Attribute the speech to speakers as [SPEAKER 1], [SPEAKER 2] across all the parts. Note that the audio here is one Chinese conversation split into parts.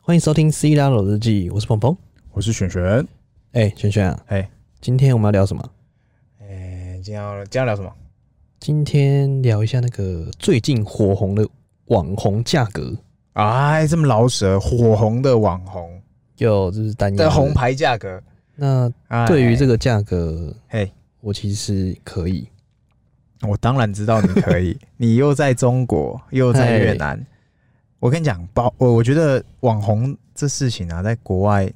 [SPEAKER 1] 欢迎收听《C 大佬日记》，我是鹏鹏。
[SPEAKER 2] 我是璇璇。
[SPEAKER 1] 哎、璇璇啊，
[SPEAKER 2] 哎
[SPEAKER 1] 今天我们要聊什么？
[SPEAKER 2] 哎、今天要今天要聊什么？
[SPEAKER 1] 今天聊一下那个最近火红的网红价格，
[SPEAKER 2] 哎，这么老舍火红的网红
[SPEAKER 1] 有就是单一
[SPEAKER 2] 的红。牌价格。
[SPEAKER 1] 那
[SPEAKER 2] 哎
[SPEAKER 1] 对于这个价格，
[SPEAKER 2] 嘿，
[SPEAKER 1] 我其实可以。
[SPEAKER 2] 哎我当然知道你可 以，你又在中国，又在越南。我跟你讲，包我我觉得网红这事情啊，在国外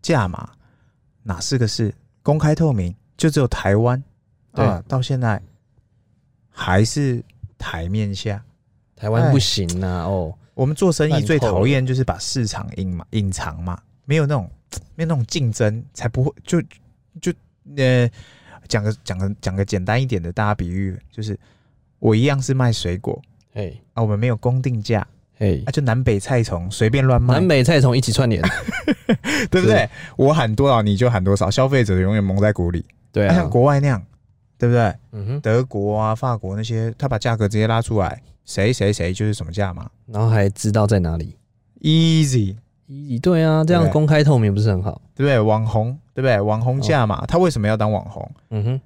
[SPEAKER 2] 价码哪是个事？公开透明，就只有台湾，
[SPEAKER 1] 对
[SPEAKER 2] 啊，到现在还是台面下。
[SPEAKER 1] 台湾
[SPEAKER 2] 哎
[SPEAKER 1] 不行啊，哦，
[SPEAKER 2] 我们做生
[SPEAKER 1] 烂
[SPEAKER 2] 意
[SPEAKER 1] 透
[SPEAKER 2] 最讨厌就是把市场隐嘛隐藏嘛，没有那种没有那种竞争，才不会就就呃讲个讲个讲个简单一点的大家比喻，就是我一样是卖水果
[SPEAKER 1] 嘿，
[SPEAKER 2] 啊，我们没有公定价
[SPEAKER 1] 嘿
[SPEAKER 2] 啊，，就南北菜虫随便乱卖
[SPEAKER 1] 哎南，北菜从一起串联，
[SPEAKER 2] 对不对？我喊多少你就喊多少，消费者永远蒙在鼓里。
[SPEAKER 1] 对啊
[SPEAKER 2] 啊、像，国外那样，对不对？
[SPEAKER 1] 嗯哼，
[SPEAKER 2] 德国啊、法国那些，他把价格直接拉出来，谁谁谁就是什么价嘛
[SPEAKER 1] 然后还知道在哪里。
[SPEAKER 2] ，easy，
[SPEAKER 1] 咦对啊，这
[SPEAKER 2] 对
[SPEAKER 1] 样
[SPEAKER 2] 不对
[SPEAKER 1] 公开透明不是很好？
[SPEAKER 2] 对不对？网红，对不对？网红价
[SPEAKER 1] 哦
[SPEAKER 2] 嘛，他为什么要当网红？
[SPEAKER 1] 嗯哼，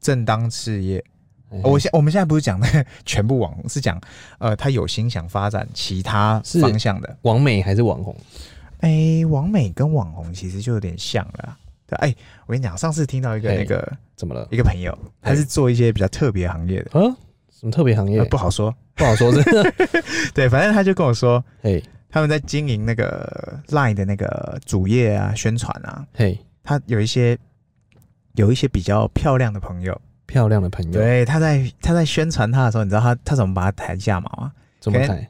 [SPEAKER 2] 正当事业。
[SPEAKER 1] 哎
[SPEAKER 2] 哦我现我们现在不是讲那个 全部网红，是讲呃，他有心想发展其他
[SPEAKER 1] 是
[SPEAKER 2] 方向的。
[SPEAKER 1] 网美还是网红？
[SPEAKER 2] 哎，网美跟网红其实就有点像了啦。对，哎，我跟你讲，上次听到一个
[SPEAKER 1] 嘿
[SPEAKER 2] 那个
[SPEAKER 1] 怎么了？
[SPEAKER 2] 一个朋友，他是做一些比较特别行业的，
[SPEAKER 1] 啊，什么特别行业
[SPEAKER 2] 呃？哎不好说。
[SPEAKER 1] 不好说，真的。
[SPEAKER 2] 对，反正他就跟我说，
[SPEAKER 1] 嘿，
[SPEAKER 2] 他们在经营那个 LINE 的那个主页啊、宣传啊，
[SPEAKER 1] 嘿，
[SPEAKER 2] 他有一些有一些比较漂亮的朋友，
[SPEAKER 1] 漂亮的朋友，
[SPEAKER 2] 对，他在他在宣传他的时候，你知道他他怎么把他抬价码吗？
[SPEAKER 1] 怎么
[SPEAKER 2] 可以
[SPEAKER 1] 看？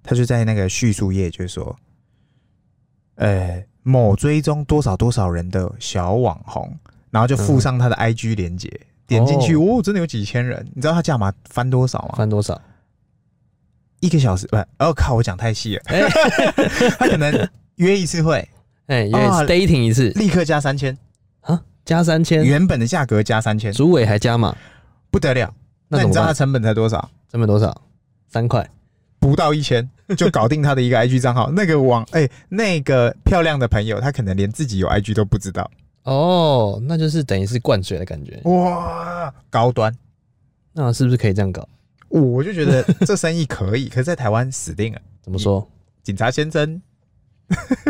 [SPEAKER 2] 他就在那个叙述页就说，呃，某追踪多少多少人的小网红，然后就附上他的 IG 连接，点进去，哦，真的有几千人，你知道他价码翻多少吗？
[SPEAKER 1] 翻多少？
[SPEAKER 2] 一个小时，不，哦靠，我讲太细了，
[SPEAKER 1] 哎
[SPEAKER 2] 他可能约一次会，
[SPEAKER 1] 哎，因为
[SPEAKER 2] 啊
[SPEAKER 1] dating 一次
[SPEAKER 2] 立刻加三千，
[SPEAKER 1] 啊，加三千，
[SPEAKER 2] 原本的价格加三千，
[SPEAKER 1] 主委还加嘛？
[SPEAKER 2] 不得了。
[SPEAKER 1] 那
[SPEAKER 2] 那
[SPEAKER 1] 怎
[SPEAKER 2] 你
[SPEAKER 1] 么
[SPEAKER 2] 知道他
[SPEAKER 1] 办？
[SPEAKER 2] 成本才多少？
[SPEAKER 1] 成本多少？三块。
[SPEAKER 2] 不到一千就搞定他的一个 IG 账号。那个网哎、那个漂亮的朋友，他可能连自己有 IG 都不知道。
[SPEAKER 1] 哦，那就是等于是灌水的感觉。
[SPEAKER 2] 哦哇，高端！
[SPEAKER 1] 那是不是可以这样搞？
[SPEAKER 2] 我就觉得这生意可以，可是在台湾死定了。
[SPEAKER 1] 怎么说？
[SPEAKER 2] 警察先生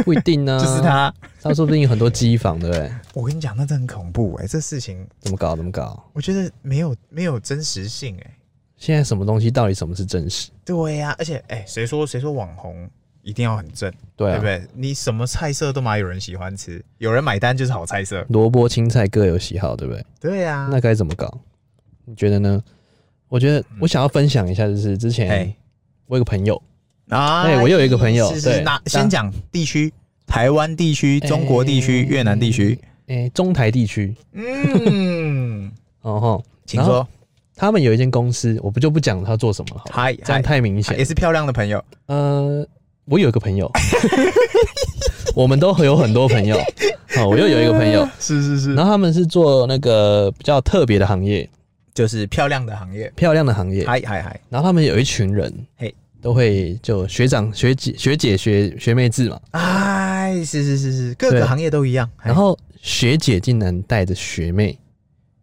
[SPEAKER 1] 不一定呢。
[SPEAKER 2] 嗯 就是，他。
[SPEAKER 1] 他说不定有很多机房，对不对？
[SPEAKER 2] 我跟你讲，那真的很恐怖哎、这事情
[SPEAKER 1] 怎么搞？怎么搞？
[SPEAKER 2] 我觉得没有没有真实性哎、
[SPEAKER 1] 现在什么东西到底什么是真实？
[SPEAKER 2] 对呀、而且哎，谁、说谁说网红一定要很正，
[SPEAKER 1] 对
[SPEAKER 2] 对
[SPEAKER 1] 啊
[SPEAKER 2] 不，对？你什么菜色都嘛有人喜欢吃，有人买单就是好菜色。
[SPEAKER 1] 萝卜青菜各有喜好，对不对？
[SPEAKER 2] 对啊呀、
[SPEAKER 1] 那该怎么搞？你觉得呢？我觉得我想要分享一下，就是之前
[SPEAKER 2] 哎
[SPEAKER 1] 我有个朋友，
[SPEAKER 2] 啊
[SPEAKER 1] 哎我又有一个朋友
[SPEAKER 2] 是
[SPEAKER 1] 对
[SPEAKER 2] 是那
[SPEAKER 1] 那
[SPEAKER 2] 先讲地区，台湾地区、中国地区、
[SPEAKER 1] 哎
[SPEAKER 2] 越南地区。
[SPEAKER 1] 哎、中台地区，
[SPEAKER 2] 嗯，
[SPEAKER 1] 哦吼，
[SPEAKER 2] 请说。
[SPEAKER 1] 他们有一间公司，我不就不讲他做什么了好了，
[SPEAKER 2] 嗨，
[SPEAKER 1] 这样
[SPEAKER 2] 嗨
[SPEAKER 1] 太明显
[SPEAKER 2] 也。是漂亮的朋友。
[SPEAKER 1] 呃，我有一个朋友， 我们都有很多朋友，好，我又有一个朋 友，
[SPEAKER 2] 是是是，
[SPEAKER 1] 然后他们是做那个比较特别的行业，
[SPEAKER 2] 就是漂亮的行业。
[SPEAKER 1] 漂亮的行业，
[SPEAKER 2] 嗨嗨嗨，
[SPEAKER 1] 然后他们有一群人，
[SPEAKER 2] 嘿，
[SPEAKER 1] 都会就学长、学姐、学姐、学学妹制嘛，
[SPEAKER 2] 哎，是是是是，各个
[SPEAKER 1] 对
[SPEAKER 2] 行业都一样。
[SPEAKER 1] 然后学姐竟然带着学妹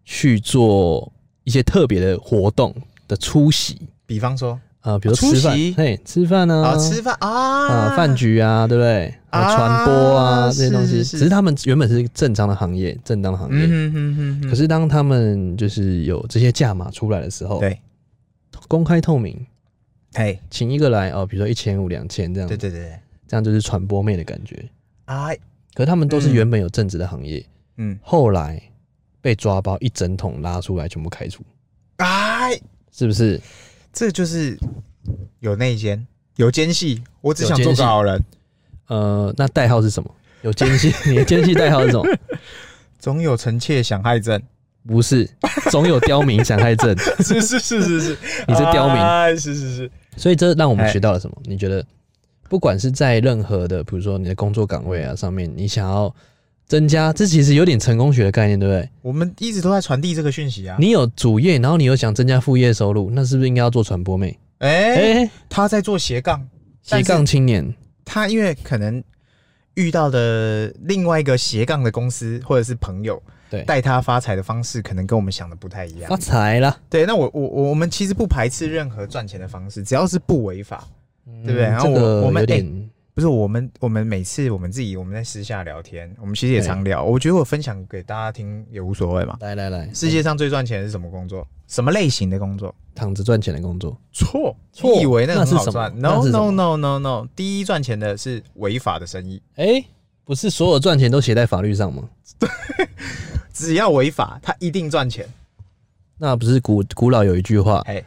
[SPEAKER 1] 去做一些特别的活动的出席，
[SPEAKER 2] 比方说
[SPEAKER 1] 啊，比如说
[SPEAKER 2] 出
[SPEAKER 1] 吃饭
[SPEAKER 2] 席，
[SPEAKER 1] 嘿，吃饭啊，
[SPEAKER 2] 啊，吃饭
[SPEAKER 1] 啊，
[SPEAKER 2] 啊，
[SPEAKER 1] 饭局啊，对不对？啊，
[SPEAKER 2] 啊
[SPEAKER 1] 传播啊这些东西，
[SPEAKER 2] 是是
[SPEAKER 1] 只是他们原本是正常的行业，正当的行业。
[SPEAKER 2] 嗯哼哼哼哼，
[SPEAKER 1] 可是当他们就是有这些价码出来的时候，
[SPEAKER 2] 对，
[SPEAKER 1] 公开透明，
[SPEAKER 2] 嘿，
[SPEAKER 1] 请一个来哦，比如说一千五、两千这样
[SPEAKER 2] 对，对对对，
[SPEAKER 1] 这样就是传播妹的感觉。
[SPEAKER 2] 哎，
[SPEAKER 1] 可是他们都是
[SPEAKER 2] 嗯
[SPEAKER 1] 原本有正职的行业，
[SPEAKER 2] 嗯，
[SPEAKER 1] 后来被抓包一整桶拉出来，全部开除，
[SPEAKER 2] 哎，
[SPEAKER 1] 是不是？
[SPEAKER 2] 这就是有内奸，有奸细，我只
[SPEAKER 1] 有
[SPEAKER 2] 想
[SPEAKER 1] 奸
[SPEAKER 2] 做
[SPEAKER 1] 细
[SPEAKER 2] 个好人。
[SPEAKER 1] 呃，那代号是什么？有奸细，你的奸细代号是什 么？
[SPEAKER 2] 总有臣妾想害朕，
[SPEAKER 1] 不是，总有刁民想害朕。
[SPEAKER 2] 是是是是是，
[SPEAKER 1] 你是刁民
[SPEAKER 2] 哎，是是是，哎
[SPEAKER 1] 所以这让我们学到了什么？你觉得不管是在任何的，比如说你的工作岗位
[SPEAKER 2] 嗯
[SPEAKER 1] 啊上面，你想要增加，这其实有点成功学的概念，对不对？
[SPEAKER 2] 我们一直都在传递这个讯息啊。
[SPEAKER 1] 你有主业，然后你又想增加副业收入，那是不是应该要做传播妹？
[SPEAKER 2] 哎、
[SPEAKER 1] 哎、
[SPEAKER 2] 他在做斜杠，
[SPEAKER 1] 斜杠青年，
[SPEAKER 2] 他因为可能遇到的另外一个斜杠的公司或者是朋友
[SPEAKER 1] 对，
[SPEAKER 2] 带他发财的方式，可能跟我们想的不太一样
[SPEAKER 1] 哎发。财啦，
[SPEAKER 2] 对，那我我我我们其实不排斥任何赚钱的方式，只要是不违法。
[SPEAKER 1] 对
[SPEAKER 2] 对不对然后
[SPEAKER 1] 嗯这
[SPEAKER 2] 我
[SPEAKER 1] 个
[SPEAKER 2] 我们
[SPEAKER 1] 有点、
[SPEAKER 2] 不是我们我们每次我们自己我们在私下聊天，我们其实也
[SPEAKER 1] 哎
[SPEAKER 2] 常聊。我觉得我分享给大家听也无所谓嘛。
[SPEAKER 1] 来来来，
[SPEAKER 2] 世界上最赚钱的是什么工作？什么类型的工作？
[SPEAKER 1] 躺着赚钱的工作，
[SPEAKER 2] 错
[SPEAKER 1] 错
[SPEAKER 2] 你以为那个
[SPEAKER 1] 那是
[SPEAKER 2] 很好
[SPEAKER 1] 什么
[SPEAKER 2] 赚
[SPEAKER 1] 那
[SPEAKER 2] ？No
[SPEAKER 1] 是什么
[SPEAKER 2] No No No No，第一赚钱的是违法的生意，
[SPEAKER 1] 哎、不是所有赚钱都写在法律上吗？
[SPEAKER 2] 只要违法，他一定赚钱。
[SPEAKER 1] 那不是古古老有一句话，
[SPEAKER 2] 哎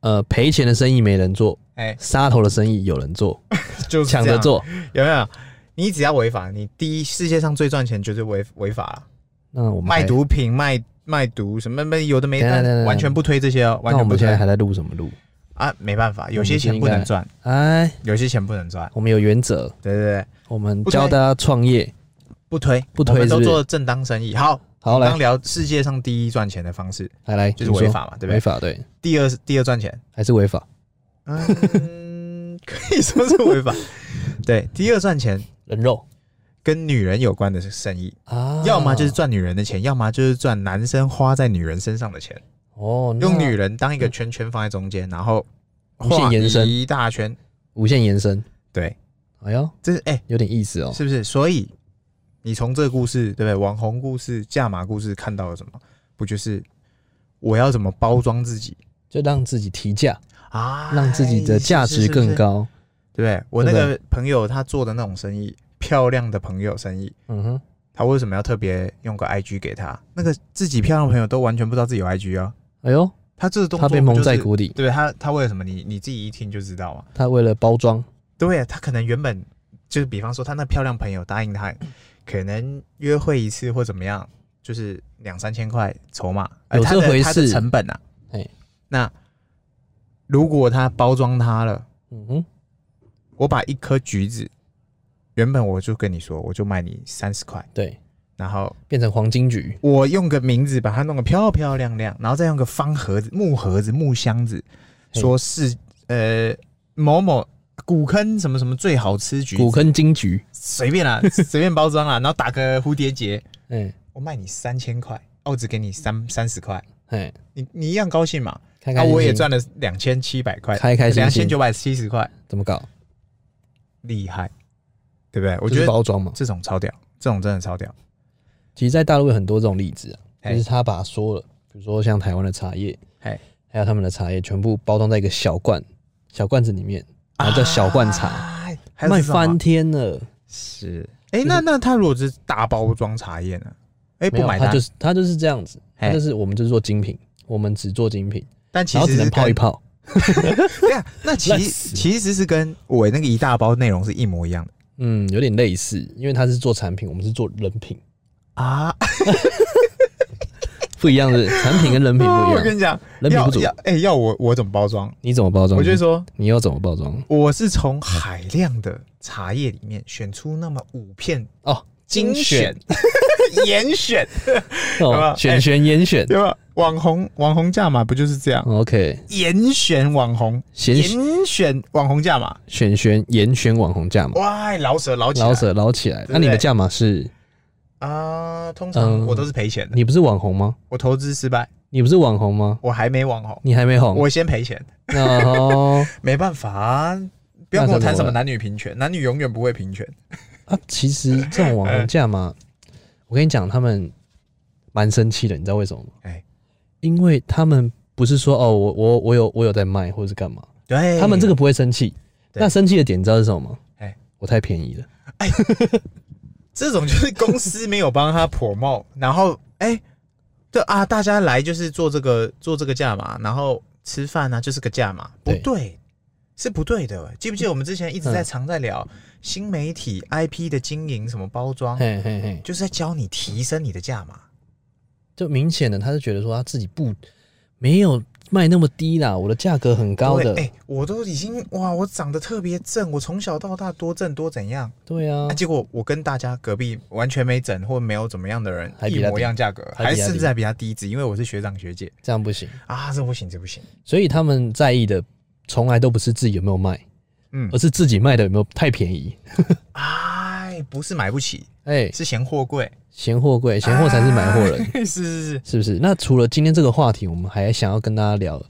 [SPEAKER 1] 呃，赔钱的生意没人做，
[SPEAKER 2] 哎，
[SPEAKER 1] 杀头的生意有人做，
[SPEAKER 2] 就是
[SPEAKER 1] 抢
[SPEAKER 2] 这
[SPEAKER 1] 着
[SPEAKER 2] 样，
[SPEAKER 1] 做。
[SPEAKER 2] 有没有？你只要违法，你第一世界上最赚钱就是违违法了，
[SPEAKER 1] 那我们还
[SPEAKER 2] 卖，毒品、卖卖毒什么没有的没
[SPEAKER 1] 等一下等一
[SPEAKER 2] 的，
[SPEAKER 1] 下
[SPEAKER 2] 完全不推这些哦，完
[SPEAKER 1] 那我
[SPEAKER 2] 全不
[SPEAKER 1] 们现
[SPEAKER 2] 推
[SPEAKER 1] 在还在录什么录？
[SPEAKER 2] 啊，没办法，有
[SPEAKER 1] 我
[SPEAKER 2] 些
[SPEAKER 1] 们
[SPEAKER 2] 钱
[SPEAKER 1] 应
[SPEAKER 2] 不能
[SPEAKER 1] 该
[SPEAKER 2] 赚，
[SPEAKER 1] 哎，
[SPEAKER 2] 有些钱不能赚，
[SPEAKER 1] 我们有原则，
[SPEAKER 2] 对对对，
[SPEAKER 1] 我们
[SPEAKER 2] 不推
[SPEAKER 1] 教大家创业。
[SPEAKER 2] 不推
[SPEAKER 1] 不推
[SPEAKER 2] 我们
[SPEAKER 1] 是
[SPEAKER 2] 都
[SPEAKER 1] 不是
[SPEAKER 2] 做正当生意。好，
[SPEAKER 1] 好，来
[SPEAKER 2] 刚聊世界上第一赚钱的方式，
[SPEAKER 1] 来来，
[SPEAKER 2] 就是
[SPEAKER 1] 你说
[SPEAKER 2] 违法嘛对不对
[SPEAKER 1] 违法对，
[SPEAKER 2] 第二是第二赚钱，
[SPEAKER 1] 还是违法？
[SPEAKER 2] 嗯，可以说是违法。对，第二赚钱
[SPEAKER 1] 人肉
[SPEAKER 2] 跟女人有关的生意，
[SPEAKER 1] 啊
[SPEAKER 2] 要么就是赚女人的钱，要么就是赚男生花在女人身上的钱，
[SPEAKER 1] 哦，那
[SPEAKER 2] 用女人当一个圈圈放在中间，然后
[SPEAKER 1] 无限
[SPEAKER 2] 画
[SPEAKER 1] 延伸
[SPEAKER 2] 一大圈。
[SPEAKER 1] 无限延伸。
[SPEAKER 2] 对，
[SPEAKER 1] 哎呦，
[SPEAKER 2] 这是哎、
[SPEAKER 1] 有点意思哦。
[SPEAKER 2] 是不是？所以你从这个故事，对不对？网红故事、价码故事看到了什么？不就是我要怎么包装自己
[SPEAKER 1] 就让自己提价，
[SPEAKER 2] 啊，
[SPEAKER 1] 让自己的价值更
[SPEAKER 2] 高，
[SPEAKER 1] 高。
[SPEAKER 2] 对不对？我那
[SPEAKER 1] 对
[SPEAKER 2] 个朋友他做的那种生意，漂亮的朋友生意，
[SPEAKER 1] 嗯哼，
[SPEAKER 2] 他为什么要特别用个 IG 给他？那个自己漂亮的朋友都完全不知道自己有 IG 啊，
[SPEAKER 1] 哎呦，
[SPEAKER 2] 他这个动
[SPEAKER 1] 他
[SPEAKER 2] 作
[SPEAKER 1] 被蒙在
[SPEAKER 2] 不就是
[SPEAKER 1] 鼓里。
[SPEAKER 2] 对他，他为了什么？你你自己一听就知道嘛。
[SPEAKER 1] 他为了包装，
[SPEAKER 2] 对啊，他可能原本就是，比方说他那漂亮朋友答应他，可能约会一次或怎么样，就是两三千块筹码，呃、
[SPEAKER 1] 有
[SPEAKER 2] 他
[SPEAKER 1] 这
[SPEAKER 2] 的
[SPEAKER 1] 回
[SPEAKER 2] 他的
[SPEAKER 1] 事
[SPEAKER 2] 成本啊。
[SPEAKER 1] 哎
[SPEAKER 2] 那如果他包装他了，
[SPEAKER 1] 嗯哼，
[SPEAKER 2] 我把一颗橘子，原本我就跟你说，我就卖你三十块，
[SPEAKER 1] 对，
[SPEAKER 2] 然后
[SPEAKER 1] 变成黄金局，
[SPEAKER 2] 我用个名字把它弄得漂漂亮亮，然后再用个方盒子、木盒子、木箱子，
[SPEAKER 1] 嘿
[SPEAKER 2] 说是呃某某古坑什么什么最好吃橘子
[SPEAKER 1] 古坑金局。
[SPEAKER 2] 随便啦， 随便包装啦，然后打个蝴蝶结，
[SPEAKER 1] 哎
[SPEAKER 2] 我卖你三千块，啊我只给你三三十块，
[SPEAKER 1] 哎，
[SPEAKER 2] 你你一样高兴嘛？
[SPEAKER 1] 开
[SPEAKER 2] 那、
[SPEAKER 1] 开心心，
[SPEAKER 2] 啊我也赚了两千七百块，
[SPEAKER 1] 开开心
[SPEAKER 2] 两
[SPEAKER 1] 心
[SPEAKER 2] 千九百七十块，
[SPEAKER 1] 怎么搞？
[SPEAKER 2] 厉害，对不对？我
[SPEAKER 1] 就是
[SPEAKER 2] 觉得
[SPEAKER 1] 包装嘛。
[SPEAKER 2] 这种超屌，这种真的超屌。
[SPEAKER 1] 其实，在大陆有很多这种例子、啊，
[SPEAKER 2] 嘿
[SPEAKER 1] 就是他把所有的，比如说像台湾的茶叶，
[SPEAKER 2] 嘿
[SPEAKER 1] 还有他们的茶叶，全部包装在一个小罐小罐子里面，然后叫小罐茶，
[SPEAKER 2] 啊还有
[SPEAKER 1] 卖
[SPEAKER 2] 这种啊
[SPEAKER 1] 翻天了。
[SPEAKER 2] 是。哎、那那他如果是大包装茶叶呢？哎、
[SPEAKER 1] 没
[SPEAKER 2] 不
[SPEAKER 1] 有，
[SPEAKER 2] 买
[SPEAKER 1] 他
[SPEAKER 2] 单，
[SPEAKER 1] 就是他就是这样子，
[SPEAKER 2] 嘿
[SPEAKER 1] 他就是我们就是做精品，我们只做精品，
[SPEAKER 2] 但其
[SPEAKER 1] 然后
[SPEAKER 2] 实
[SPEAKER 1] 只
[SPEAKER 2] 是
[SPEAKER 1] 能泡一
[SPEAKER 2] 跟。
[SPEAKER 1] 泡。
[SPEAKER 2] 对啊，那其
[SPEAKER 1] 烂
[SPEAKER 2] 实
[SPEAKER 1] 死
[SPEAKER 2] 其实是跟我那个一大包内容是一模一样的
[SPEAKER 1] 嗯，有点类似，因为他是做产品，我们是做人品，
[SPEAKER 2] 啊。
[SPEAKER 1] 不一样的 产品跟人品不一
[SPEAKER 2] 我
[SPEAKER 1] 样
[SPEAKER 2] 跟。你讲，
[SPEAKER 1] 人品
[SPEAKER 2] 要
[SPEAKER 1] 不足
[SPEAKER 2] 要，哎、要我我怎么包装？
[SPEAKER 1] 你怎么包装？
[SPEAKER 2] 我就说，
[SPEAKER 1] 你要怎么包装？
[SPEAKER 2] 我是从海量的茶叶里面选出那么五片
[SPEAKER 1] 哦，
[SPEAKER 2] 精选、严 选，好不
[SPEAKER 1] 哦
[SPEAKER 2] 好，哎
[SPEAKER 1] 选选严选。
[SPEAKER 2] 对吧？网红网红价码不就是这样？
[SPEAKER 1] OK，
[SPEAKER 2] 严选网红，
[SPEAKER 1] 选
[SPEAKER 2] 嗯严选网红价码，
[SPEAKER 1] 选选严选网红价码，
[SPEAKER 2] 哇，哎老舍老起啊来
[SPEAKER 1] 老舍捞起来。
[SPEAKER 2] 哦对
[SPEAKER 1] 那你的
[SPEAKER 2] 对
[SPEAKER 1] 价码是？
[SPEAKER 2] 啊！通常
[SPEAKER 1] 嗯
[SPEAKER 2] 我都是赔钱的，
[SPEAKER 1] 你不是网红吗？
[SPEAKER 2] 我投资失败，
[SPEAKER 1] 你不是网红吗？
[SPEAKER 2] 我还没网红，
[SPEAKER 1] 你还没红，
[SPEAKER 2] 我先赔钱，
[SPEAKER 1] 那 哦
[SPEAKER 2] 没办法啊、不要跟我谈
[SPEAKER 1] 那怎么
[SPEAKER 2] 什么
[SPEAKER 1] 办
[SPEAKER 2] 男女平权，男女永远不会平权。
[SPEAKER 1] 啊，其实这种网红价嘛，我跟你讲，他们蛮生气的，你知道为什么吗？
[SPEAKER 2] 哎
[SPEAKER 1] 因为他们不是说哦，我我我有我有在卖或者是干嘛，
[SPEAKER 2] 对
[SPEAKER 1] 他们这个不会生气。
[SPEAKER 2] 嗯对
[SPEAKER 1] 那生气的点你知道是什么吗？
[SPEAKER 2] 哎
[SPEAKER 1] 我太便宜了，
[SPEAKER 2] 这种就是公司没有帮他 promo，然后哎，对啊，大家来就是做这个做这个价码，然后吃饭呢、就是个价码，不
[SPEAKER 1] 对嗯
[SPEAKER 2] 对，是不对的。记不记得我们之前一直在常在聊新媒体 IP 的经营，什么包装，
[SPEAKER 1] 嘿嘿嘿，
[SPEAKER 2] 就是在教你提升你的价码。
[SPEAKER 1] 就明显的他是觉得说他自己不没有卖那么低啦，我的价格很高的。
[SPEAKER 2] 对哎、我都已经哇，我长得特别正，我从小到大多正多怎样？
[SPEAKER 1] 对啊
[SPEAKER 2] 啊、，结果我跟大家隔壁完全没整或没有怎么样的人
[SPEAKER 1] 还比
[SPEAKER 2] 一
[SPEAKER 1] 他
[SPEAKER 2] 模一样价格，
[SPEAKER 1] 还比他
[SPEAKER 2] 还
[SPEAKER 1] 低
[SPEAKER 2] 甚至还比他低一只，因为我是学长学姐
[SPEAKER 1] 这样不行。
[SPEAKER 2] 啊，这不行，这不行。
[SPEAKER 1] 所以他们在意的从来都不是自己有没有卖，
[SPEAKER 2] 嗯
[SPEAKER 1] 而，是自己卖的有没有太便宜。
[SPEAKER 2] 哎，不是买不起，
[SPEAKER 1] 哎、
[SPEAKER 2] 是嫌货贵，
[SPEAKER 1] 嫌货贵，嫌货才是买货 人，
[SPEAKER 2] 哎是是是，
[SPEAKER 1] 是不是？那除了今天这个话题，我们还想要跟大家聊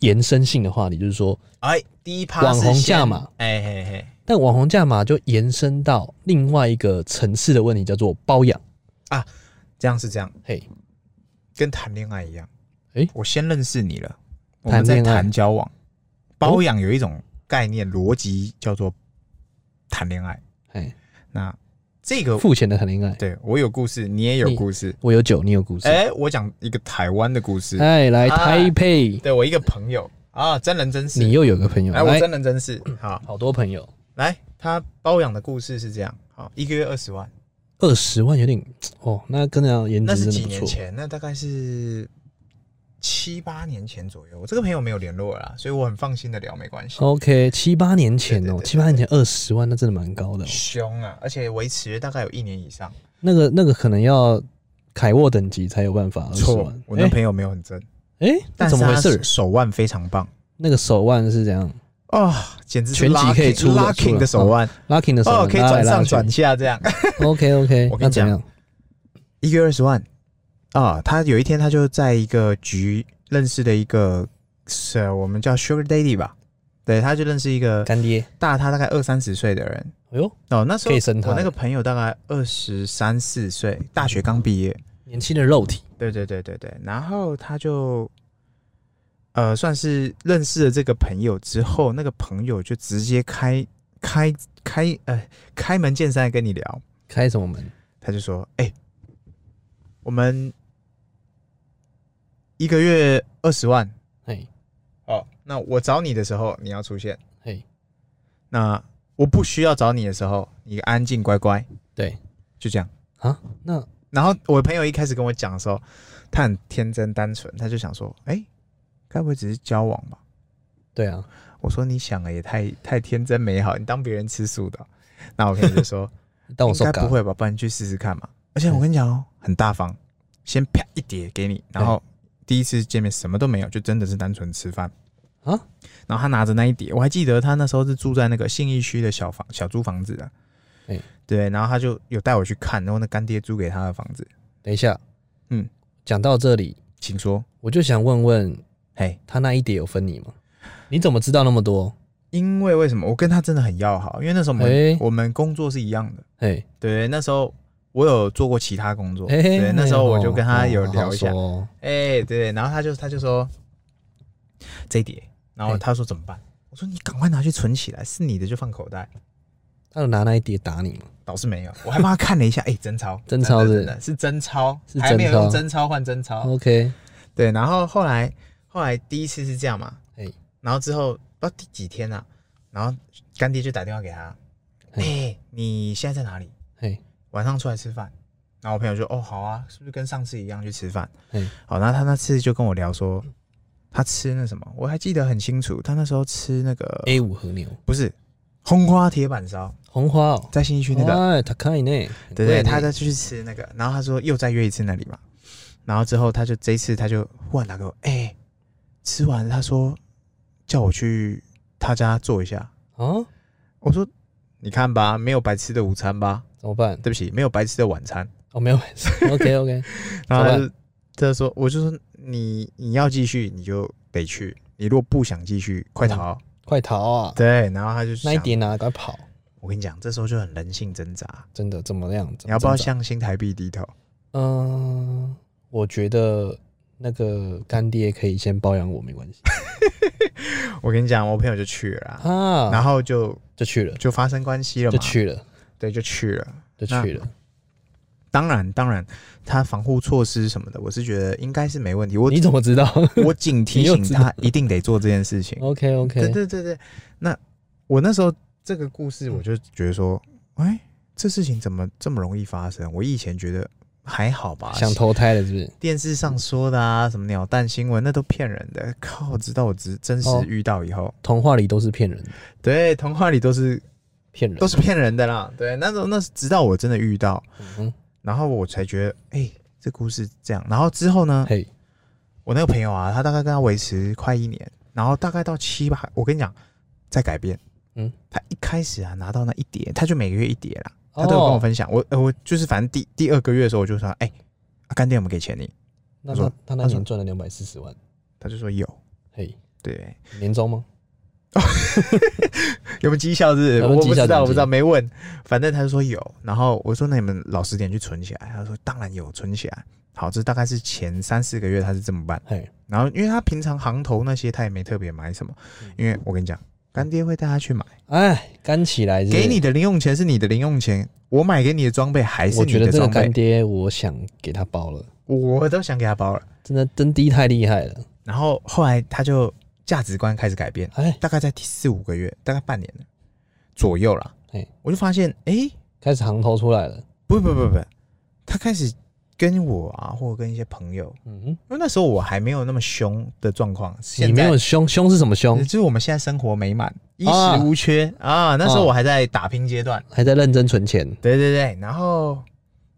[SPEAKER 1] 延伸性的话题，就是说，
[SPEAKER 2] 哎，第一趴
[SPEAKER 1] 网
[SPEAKER 2] 是
[SPEAKER 1] 红
[SPEAKER 2] 嫌
[SPEAKER 1] 价嘛，
[SPEAKER 2] 哎嘿嘿，
[SPEAKER 1] 但网红价码就延伸到另外一个层次的问题，叫做包养。
[SPEAKER 2] 这样是这样，
[SPEAKER 1] 嘿，
[SPEAKER 2] 跟谈恋爱一样。
[SPEAKER 1] 哎
[SPEAKER 2] 我先认识你了，我
[SPEAKER 1] 谈
[SPEAKER 2] 们在
[SPEAKER 1] 恋爱哦
[SPEAKER 2] 谈交往，包养有一种概念逻辑叫做谈恋爱。
[SPEAKER 1] 哎，
[SPEAKER 2] 那这个
[SPEAKER 1] 付钱的谈恋爱，
[SPEAKER 2] 对我有故事，你也有
[SPEAKER 1] 你
[SPEAKER 2] 故事。
[SPEAKER 1] 我有酒，你有故事。
[SPEAKER 2] 哎、我讲一个台湾的故事。
[SPEAKER 1] 哎，来
[SPEAKER 2] 啊
[SPEAKER 1] 台北，
[SPEAKER 2] 对我一个朋友啊，真人真
[SPEAKER 1] 你
[SPEAKER 2] 事。
[SPEAKER 1] 又有个朋友，
[SPEAKER 2] 哎，我
[SPEAKER 1] 来，
[SPEAKER 2] 真人真事。好，
[SPEAKER 1] 好多朋友，
[SPEAKER 2] 来，他包养的故事是这样。好，一个月二十万，
[SPEAKER 1] 二十万有点哦，那跟那样颜
[SPEAKER 2] 那
[SPEAKER 1] 值真
[SPEAKER 2] 是几
[SPEAKER 1] 的
[SPEAKER 2] 年
[SPEAKER 1] 不错。
[SPEAKER 2] 前？那大概是七八年前左右。我这个朋友没有联络了啦，所以我很放心的聊，没关系。
[SPEAKER 1] OK，七八年前
[SPEAKER 2] 对对
[SPEAKER 1] 哦，
[SPEAKER 2] 对
[SPEAKER 1] 七八年前二十万，那真的蛮高的、哦。
[SPEAKER 2] 凶啊，而且维持大概有一年以上。
[SPEAKER 1] 那个那个可能要凯沃等级才有办法。20万
[SPEAKER 2] 我那
[SPEAKER 1] 哎
[SPEAKER 2] 朋友没有很真，
[SPEAKER 1] 哎，那
[SPEAKER 2] 但
[SPEAKER 1] 怎
[SPEAKER 2] 是
[SPEAKER 1] 么回
[SPEAKER 2] 他
[SPEAKER 1] 事？
[SPEAKER 2] 手腕非常棒
[SPEAKER 1] 那个手腕是怎样
[SPEAKER 2] 啊、简直
[SPEAKER 1] 拳击可以出的
[SPEAKER 2] 拉
[SPEAKER 1] 出
[SPEAKER 2] king
[SPEAKER 1] 了
[SPEAKER 2] 的手腕
[SPEAKER 1] ？Lucky 的手
[SPEAKER 2] 哦，
[SPEAKER 1] 腕
[SPEAKER 2] 可以
[SPEAKER 1] 拉来
[SPEAKER 2] 转
[SPEAKER 1] 拉
[SPEAKER 2] 上
[SPEAKER 1] 去
[SPEAKER 2] 转下这样。
[SPEAKER 1] OK OK，
[SPEAKER 2] 我跟
[SPEAKER 1] 那
[SPEAKER 2] 你
[SPEAKER 1] 怎么
[SPEAKER 2] 讲
[SPEAKER 1] 样？
[SPEAKER 2] 一个月二十万啊！他有一天他就在一个局认识的一个是我们叫 Sugar Daddy 吧，对，他就认识一个
[SPEAKER 1] 干爹，
[SPEAKER 2] 大他大概二三十岁的人
[SPEAKER 1] 哎呦，
[SPEAKER 2] 哦。那时候
[SPEAKER 1] 可以生他
[SPEAKER 2] 我那个朋友大概二十三四岁，大学刚毕业。
[SPEAKER 1] 年轻的肉体，
[SPEAKER 2] 对对对对对，然后他就呃算是认识了这个朋友之后，那个朋友就直接开开开呃开门见山地跟你聊，
[SPEAKER 1] 开什么门？
[SPEAKER 2] 他就说：“哎、我们一个月二十万
[SPEAKER 1] 哎
[SPEAKER 2] 哦，那我找你的时候你要出现，
[SPEAKER 1] 哎，
[SPEAKER 2] 那我不需要找你的时候，你安静乖乖，
[SPEAKER 1] 对
[SPEAKER 2] 就这样。
[SPEAKER 1] 啊，那
[SPEAKER 2] 然后我朋友一开始跟我讲的时候，他很天真单纯，他就想说：哎、该不会只是交往吧？
[SPEAKER 1] 对啊，
[SPEAKER 2] 我说你想的也太太天真美好，你当别人吃素的哦。那我朋友 就说：
[SPEAKER 1] 当我
[SPEAKER 2] 应
[SPEAKER 1] 受啊
[SPEAKER 2] 该
[SPEAKER 1] 嘎
[SPEAKER 2] 不，会吧？不然你去试试看嘛。而且我跟你讲哦，很大方，先啪一碟给你，然后第一次见面什么都没有，就真的是单纯吃饭
[SPEAKER 1] 啊。
[SPEAKER 2] 然后他拿着那一碟，我还记得他那时候是住在那个信义区的小房小租房子啊
[SPEAKER 1] 哎。
[SPEAKER 2] 对，然后他就有带我去看，然后那干爹租给他的房子，
[SPEAKER 1] 等一下，
[SPEAKER 2] 嗯，
[SPEAKER 1] 讲到这里，
[SPEAKER 2] 请说。
[SPEAKER 1] 我就想问问
[SPEAKER 2] 嘿，
[SPEAKER 1] 他那一碟有分你吗？你怎么知道那么多？
[SPEAKER 2] 因为为什么我跟他真的很要好？因为那时候我们、
[SPEAKER 1] 哎
[SPEAKER 2] 我们工作是一样的，
[SPEAKER 1] 哎
[SPEAKER 2] 对，那时候我有做过其他工作，
[SPEAKER 1] 哎，
[SPEAKER 2] 对，那时候我就跟他
[SPEAKER 1] 哦
[SPEAKER 2] 有
[SPEAKER 1] 好
[SPEAKER 2] 聊一下
[SPEAKER 1] 熟，哦
[SPEAKER 2] 哎、对，然后他就他就说这一叠，然后他说怎么办？我说你赶快拿去存起来，是你的就放口袋。
[SPEAKER 1] 他有拿那一碟打你吗？
[SPEAKER 2] 倒是没有，我还帮他看了一下，哎、真钞，
[SPEAKER 1] 真钞
[SPEAKER 2] 真
[SPEAKER 1] 是
[SPEAKER 2] 的真的是真钞，
[SPEAKER 1] 是
[SPEAKER 2] 还没有
[SPEAKER 1] 真钞
[SPEAKER 2] 用真钞换真钞。
[SPEAKER 1] OK，
[SPEAKER 2] 对，然后后来后来第一次是这样嘛，
[SPEAKER 1] 哎、
[SPEAKER 2] 然后之后不知道第几天啊，然后干爹就打电话给他，哎、
[SPEAKER 1] 嘿
[SPEAKER 2] 你现在在哪里？
[SPEAKER 1] 嘿，
[SPEAKER 2] 晚上出来吃饭。然后我朋友就哦好啊，是不是跟上次一样去吃饭？
[SPEAKER 1] 嗯
[SPEAKER 2] 好，然后他那次就跟我聊说，他吃那什么，我还记得很清楚，他那时候吃那个
[SPEAKER 1] A 五和牛，
[SPEAKER 2] 不是红花铁板烧，
[SPEAKER 1] 红花哦，
[SPEAKER 2] 在新义区那个，
[SPEAKER 1] 哎，他看呢，
[SPEAKER 2] 对
[SPEAKER 1] 很
[SPEAKER 2] 对，
[SPEAKER 1] 贵呢
[SPEAKER 2] 他再去吃那个，然后他说又再约一次那里嘛，然后之后他就这一次他就忽然打给我，哎、吃完他说叫我去他家坐一下，
[SPEAKER 1] 啊，
[SPEAKER 2] 我说你看吧，没有白吃的午餐吧，
[SPEAKER 1] 怎么办？
[SPEAKER 2] 对不起，没有白吃的晚餐。
[SPEAKER 1] 哦，没有，OK OK，
[SPEAKER 2] 然后
[SPEAKER 1] 怎么
[SPEAKER 2] 他就他就说，我就说你你要继续你就得去，你如果不想继续，快逃。
[SPEAKER 1] 快逃啊！
[SPEAKER 2] 对，然后他就
[SPEAKER 1] 嗯那一
[SPEAKER 2] 想，
[SPEAKER 1] 碟拿，赶快跑！
[SPEAKER 2] 我跟你讲，这时候就很人性挣扎，
[SPEAKER 1] 真的怎么样？
[SPEAKER 2] 你要不要
[SPEAKER 1] 想？
[SPEAKER 2] 向新台币低头？
[SPEAKER 1] 嗯、我觉得那个干爹可以先包养我，没 关系
[SPEAKER 2] 我跟你讲，我朋友就去了啦，
[SPEAKER 1] 啊。
[SPEAKER 2] 然后就
[SPEAKER 1] 就去了，
[SPEAKER 2] 就发生关系了
[SPEAKER 1] 就
[SPEAKER 2] 嘛，
[SPEAKER 1] 去了，
[SPEAKER 2] 对，就去了。
[SPEAKER 1] 就去了。
[SPEAKER 2] 当然，当然，他防护措施什么的，我是觉得应该是没问题。我
[SPEAKER 1] 你怎么知道
[SPEAKER 2] 我警提
[SPEAKER 1] 你又
[SPEAKER 2] 醒
[SPEAKER 1] 知哦
[SPEAKER 2] 他一定得做这件事情。
[SPEAKER 1] ？OK
[SPEAKER 2] 对
[SPEAKER 1] OK，
[SPEAKER 2] 对对对，那我那时候这个
[SPEAKER 1] 嗯
[SPEAKER 2] 故事，我就觉得说，哎、这事情怎么这么容易发生？我以前觉得还好吧？
[SPEAKER 1] 想投胎了是不是？
[SPEAKER 2] 电视上说的啊，什么鸟蛋新闻那都骗人的。靠，直到我直真实
[SPEAKER 1] 哦
[SPEAKER 2] 遇到以后，
[SPEAKER 1] 童话里都是骗人的，
[SPEAKER 2] 对，童话里都是
[SPEAKER 1] 骗人
[SPEAKER 2] 都是骗人的啦。对，那种那是直到我真的遇到，
[SPEAKER 1] 嗯
[SPEAKER 2] 然后我才觉得，哎、这故事这样。然后之后呢，
[SPEAKER 1] 嘿，
[SPEAKER 2] 我那个朋友啊，他大概跟他维持快一年，然后大概到七八，我跟你讲，在改变。
[SPEAKER 1] 嗯，
[SPEAKER 2] 他一开始啊拿到那一叠，他就每个月一叠啦，他都有
[SPEAKER 1] 哦
[SPEAKER 2] 跟我分享。我呃我就是反正第第二个月的时候，我就说，哎、啊干爹我们给钱你，
[SPEAKER 1] 那
[SPEAKER 2] 他说
[SPEAKER 1] 他他那
[SPEAKER 2] 他说
[SPEAKER 1] 年赚了两百四十万，
[SPEAKER 2] 他就说有。
[SPEAKER 1] 嘿，
[SPEAKER 2] 对，
[SPEAKER 1] 年终吗？
[SPEAKER 2] 有没有绩效是不是
[SPEAKER 1] 有没有
[SPEAKER 2] 我
[SPEAKER 1] 绩
[SPEAKER 2] 不
[SPEAKER 1] 效
[SPEAKER 2] 知道，
[SPEAKER 1] 有没有
[SPEAKER 2] 我不知道，
[SPEAKER 1] 绩
[SPEAKER 2] 没问。反正他就说有，然后我说那你们老实点去存起来。他说当然有，存起来。好，这大概是前三四个月他是这么办。
[SPEAKER 1] 嘿，
[SPEAKER 2] 然后因为他平常行头那些他也没特别买什么，
[SPEAKER 1] 嗯
[SPEAKER 2] 因为我跟你讲，干爹会带他去买，
[SPEAKER 1] 哎，干起来是不是
[SPEAKER 2] 给你，的零用钱是你的零用钱，我买给你的装备还是
[SPEAKER 1] 我
[SPEAKER 2] 你
[SPEAKER 1] 觉得
[SPEAKER 2] 的
[SPEAKER 1] 这个
[SPEAKER 2] 装
[SPEAKER 1] 干
[SPEAKER 2] 备，
[SPEAKER 1] 爹，我想给他包了，
[SPEAKER 2] 我都想给他包了。
[SPEAKER 1] 真的真的太厉害了，
[SPEAKER 2] 然后后来他就价值观开始改变，
[SPEAKER 1] 哎，
[SPEAKER 2] 大概在第四五个月，大概半年了左右啦
[SPEAKER 1] 嘿，
[SPEAKER 2] 我就发现，诶。
[SPEAKER 1] 开始行头出来了，
[SPEAKER 2] 不不不不，他开始跟我啊，或者跟一些朋友，
[SPEAKER 1] 嗯，
[SPEAKER 2] 因为那时候我还没有那么凶的状况。现
[SPEAKER 1] 你没
[SPEAKER 2] 在
[SPEAKER 1] 有凶凶是什么凶
[SPEAKER 2] 就？是我们现在生活美满，衣
[SPEAKER 1] 啊
[SPEAKER 2] 食无缺哦啊那时
[SPEAKER 1] 啊
[SPEAKER 2] 候我还在打拼阶段，
[SPEAKER 1] 还在认真存钱，
[SPEAKER 2] 对对对。然后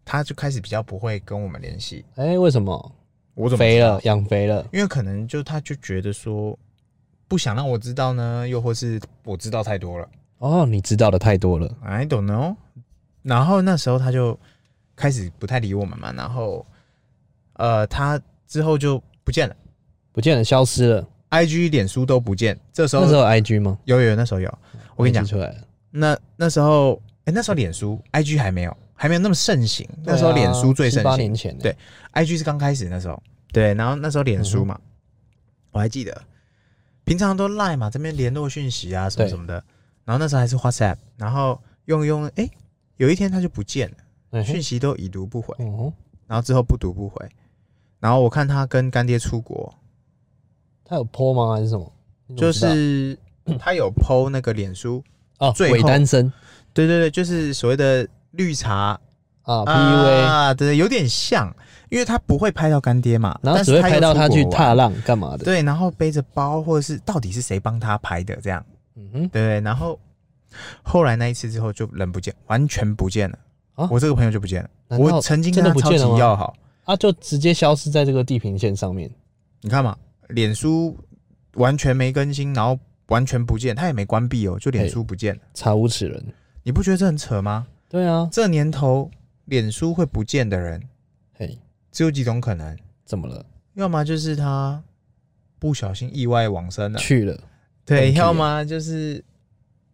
[SPEAKER 2] 他就开始比较不会跟我们联系，
[SPEAKER 1] 哎，为什么？
[SPEAKER 2] 我怎么
[SPEAKER 1] 肥
[SPEAKER 2] 知道
[SPEAKER 1] 了，？养肥了，
[SPEAKER 2] 因为可能就他就觉得说不想让我知道呢，又或是我知道太多了
[SPEAKER 1] 哦，你知道的太多了，
[SPEAKER 2] ，I don't know。然后那时候他就开始不太理我们嘛，然后呃，他之后就不见了。
[SPEAKER 1] 不见了，消失了。
[SPEAKER 2] IG、脸书都不见。这时候
[SPEAKER 1] 那时候有 IG 吗？
[SPEAKER 2] 有有那时候有，我跟你
[SPEAKER 1] 我
[SPEAKER 2] 讲
[SPEAKER 1] 记，出来了，
[SPEAKER 2] 那那时候哎、诶那时候脸书、IG 还没有，还没有那么盛行。那时候脸书最盛
[SPEAKER 1] 啊八
[SPEAKER 2] 行
[SPEAKER 1] 年前的，
[SPEAKER 2] 对 i g 是刚开始那时候。对，然后那时候脸
[SPEAKER 1] 嗯
[SPEAKER 2] 书嘛，我还记得，平常都 Line 嘛，这边联络讯息啊什么
[SPEAKER 1] 对
[SPEAKER 2] 什么的。然后那时候还是 WhatsApp，然后用一用，哎、有一天他就不见了，
[SPEAKER 1] 嗯哼
[SPEAKER 2] 讯息都已读不回，
[SPEAKER 1] 嗯哼，
[SPEAKER 2] 然后之后不读不回。然后我看他跟干爹出国，
[SPEAKER 1] 他有 po 吗？还是什么？你怎
[SPEAKER 2] 就
[SPEAKER 1] 么知道
[SPEAKER 2] 是他有 PO 那个脸书，
[SPEAKER 1] 哦，
[SPEAKER 2] 最后
[SPEAKER 1] 伪单身
[SPEAKER 2] 对对对，就是所谓的绿茶
[SPEAKER 1] 啊，PUA，
[SPEAKER 2] 啊，对，有点像，因为他不会拍到干爹嘛，
[SPEAKER 1] 然后
[SPEAKER 2] 但
[SPEAKER 1] 只
[SPEAKER 2] 是
[SPEAKER 1] 会
[SPEAKER 2] 又
[SPEAKER 1] 拍到
[SPEAKER 2] 出
[SPEAKER 1] 他去
[SPEAKER 2] 国玩
[SPEAKER 1] 踏，浪干嘛的。
[SPEAKER 2] 对，然后背着包或者是到底是谁帮他拍的这样，
[SPEAKER 1] 嗯哼，
[SPEAKER 2] 对，然后后来那一次之后就人不见，完全不见了，
[SPEAKER 1] 啊
[SPEAKER 2] 我这个朋友就不见了，
[SPEAKER 1] 难道
[SPEAKER 2] 我曾经
[SPEAKER 1] 真
[SPEAKER 2] 跟
[SPEAKER 1] 的
[SPEAKER 2] 他
[SPEAKER 1] 不
[SPEAKER 2] 超
[SPEAKER 1] 见
[SPEAKER 2] 级
[SPEAKER 1] 了吗
[SPEAKER 2] 要好，
[SPEAKER 1] 啊，就直接消失在这个地平线上面。
[SPEAKER 2] 你看嘛，脸书完全没更新，然后完全不见，他也没关闭哦，就脸书不见了，
[SPEAKER 1] 查无此人。
[SPEAKER 2] 你不觉得这很扯吗？
[SPEAKER 1] 对啊，
[SPEAKER 2] 这年头脸书会不见的人
[SPEAKER 1] 嘿，
[SPEAKER 2] 只有几种可能。
[SPEAKER 1] 怎么了？
[SPEAKER 2] 要么就是他不小心意外往生了，
[SPEAKER 1] 去了。
[SPEAKER 2] 对，
[SPEAKER 1] 很
[SPEAKER 2] 要么就是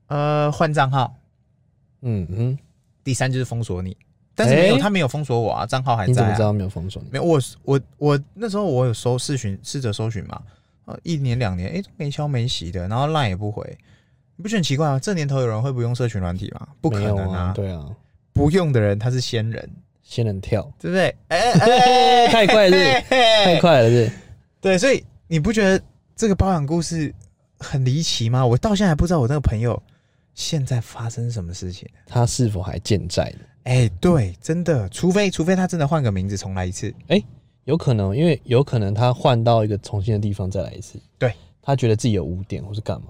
[SPEAKER 2] 呃换账号，
[SPEAKER 1] 嗯哼，
[SPEAKER 2] 第三就是封锁你，但是没有、
[SPEAKER 1] 哎
[SPEAKER 2] 他没有封锁我啊，账号还
[SPEAKER 1] 你
[SPEAKER 2] 在、
[SPEAKER 1] 怎
[SPEAKER 2] 啊。
[SPEAKER 1] 么知道没有封锁你？
[SPEAKER 2] 没有我我我那时候我有搜试询试着搜寻嘛，呃一年两年哎、都没消没息的，然后 line 也不回，你不觉得很奇怪吗？啊这年头有人会不用社群软体吗？不可
[SPEAKER 1] 没有
[SPEAKER 2] 能
[SPEAKER 1] 啊。对啊，
[SPEAKER 2] 不用的人他是仙人，
[SPEAKER 1] 仙人跳，
[SPEAKER 2] 对不对？ 哎哎哎
[SPEAKER 1] 太快了是不是，
[SPEAKER 2] 嘿嘿
[SPEAKER 1] 太快了是不是。
[SPEAKER 2] 对，所以你不觉得这个包养故事很离奇吗？我到现在还不知道我那个朋友现在发生什么事情。
[SPEAKER 1] 他是否还健在呢？
[SPEAKER 2] 哎、对，真的，除非除非他真的换个名字重来一次，
[SPEAKER 1] 有可能，因为有可能他换到一个重新的地方再来一次。
[SPEAKER 2] 对，
[SPEAKER 1] 他觉得自己有污点或是干嘛？